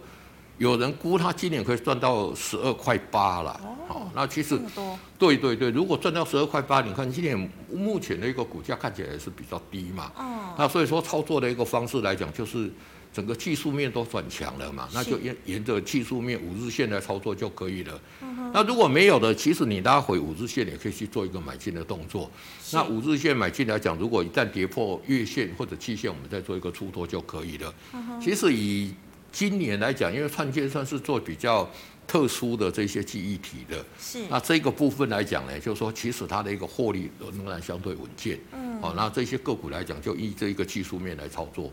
Speaker 2: 有人估它今年可以赚到十二块八了。哦，那其
Speaker 1: 这
Speaker 2: 实
Speaker 1: 么多，
Speaker 2: 对对对，如果赚到十二块八，你看今年目前的一个股价看起来是比较低嘛。
Speaker 1: 嗯，
Speaker 2: 那所以说操作的一个方式来讲，就是整个技术面都转强了嘛，那就沿沿着技术面五日线来操作就可以了。
Speaker 1: 嗯
Speaker 2: 那如果没有的，其实你拉回五日线也可以去做一个买进的动作。
Speaker 1: 是
Speaker 2: 那五日线买进来讲，如果一旦跌破月线或者季线，我们再做一个出脱就可以了。
Speaker 1: 嗯
Speaker 2: 其实以今年来讲，因为创建算是做比较特殊的这些记忆体的，
Speaker 1: 是
Speaker 2: 嗯那这个部分来讲呢，就是说其实它的一个获利仍然相对稳健。嗯，好、那这些个股来讲，就依这一个技术面来操作。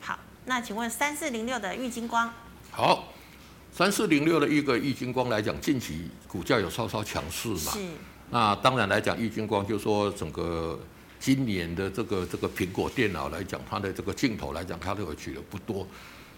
Speaker 1: 好。那请问三四零六的玉金光
Speaker 2: 好，三四零六的一个易金光来讲，近期股价有稍稍强势嘛？
Speaker 1: 是
Speaker 2: 那当然来讲，易金光就说整个。今年的这个这个苹果电脑来讲，它的这个镜头来讲，它的取的不多，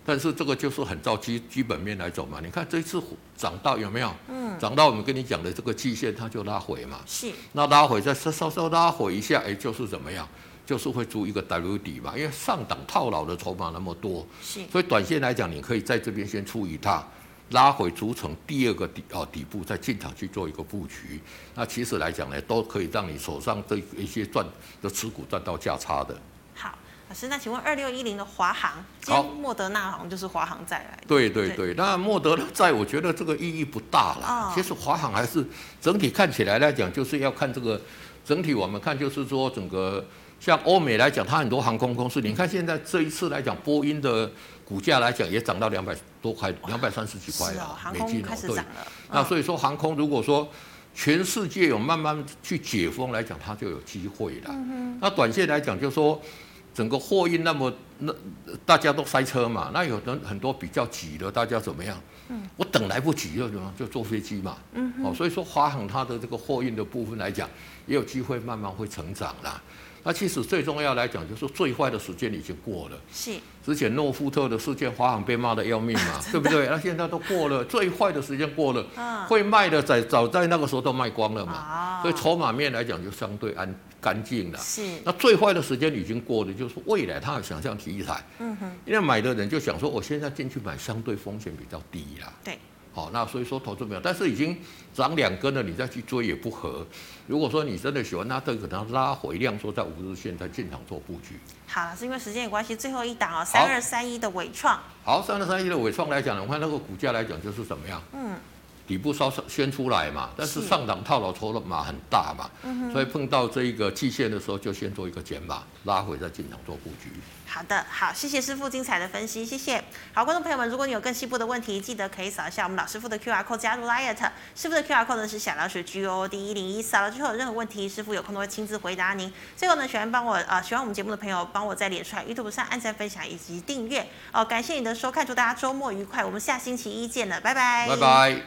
Speaker 2: 但是这个就是很照基基本面来走嘛。你看这一次涨到有没有？嗯，涨到我们跟你讲的这个季线，它就拉回嘛。
Speaker 1: 是
Speaker 2: 那拉回再稍稍稍拉回一下，哎，就是怎么样？就是会出一个 W 底嘛，因为上档套牢的筹码那么多，
Speaker 1: 是
Speaker 2: 所以短线来讲，你可以在这边先出一趟，拉回组成第二个底哦底部，再进场去做一个布局。那其实来讲呢，都可以让你手上这一些赚的持股赚到价差的。
Speaker 1: 好。老师，那请问二六一零的华航，今
Speaker 2: 好
Speaker 1: 天莫德纳好像就是华航再来的，
Speaker 2: 对对
Speaker 1: 对
Speaker 2: 对，那莫德纳债，我觉得这个意义不大啦。
Speaker 1: 哦
Speaker 2: 其实华航还是整体看起来来讲，就是要看这个整体，我们看就是说整个像欧美来讲，它很多航空公司，你看现在这一次来讲，波音的股价来讲也涨到两百多块，两百三十几块
Speaker 1: 是哦
Speaker 2: 了，，
Speaker 1: 航
Speaker 2: 美
Speaker 1: 空
Speaker 2: 金哦
Speaker 1: 开始
Speaker 2: 对
Speaker 1: 涨了，嗯
Speaker 2: 那所以说，航空如果说全世界有慢慢去解封来讲，它就有机会了。那短线来讲，就说整个货运那么那大家都塞车嘛，那有的很多比较急的，大家怎么样？我等来不及了，就就坐飞机嘛。嗯，哦，所以说华航它的这个货运的部分来讲，也有机会慢慢会成长啦。那其实最重要来讲，就是最坏的时间已经过了。
Speaker 1: 是
Speaker 2: 之前诺富特的事件，华航被骂的要命 *laughs* 嘛，对不对？那现在都过了，最坏的时间过了，会卖的在早在那个时候都卖光了嘛，
Speaker 1: 嗯啊
Speaker 2: 所以啊筹码面来讲就相对安干净了。
Speaker 1: 是
Speaker 2: 那最坏的时间已经过了，就是未来它有想象题材，嗯哼，因为买的人就想说，我哦现在进去买相对风险比较低啦，
Speaker 1: 对，
Speaker 2: 好，那所以说投资没有，但是已经涨两根了，你再去追也不合。如果说你真的喜欢，那这个可能拉回量缩在五日线再进场做布局。
Speaker 1: 好，老师，因为时间有关系，最后一档哦，三二三一的伟创
Speaker 2: 好，三六三一的伟创来讲，我看那个股价来讲就是怎么样？嗯，底部稍稍先出来嘛，但是嗯
Speaker 1: 是
Speaker 2: 上档套牢筹码很大嘛，所以碰到这一个季线的时候，就先做一个减码，拉回再进场做布局。
Speaker 1: 好的，好，谢谢师傅精彩的分析，谢谢。好，观众朋友们，如果你有更细部的问题，记得可以扫一下我们老师傅的 QR code 加入 Liet，师傅的 QR code 呢是小老鼠 G O D 一零一，扫了之后有任何问题，师傅有空都会亲自回答您。最后呢，喜欢帮我呃喜欢我们节目的朋友，帮我在脸书、YouTube 上按赞、分享
Speaker 2: 哎
Speaker 1: 以及订阅哦、感谢你的收看，祝大家周末愉快，我们下星期一见了，拜拜，
Speaker 2: 拜拜。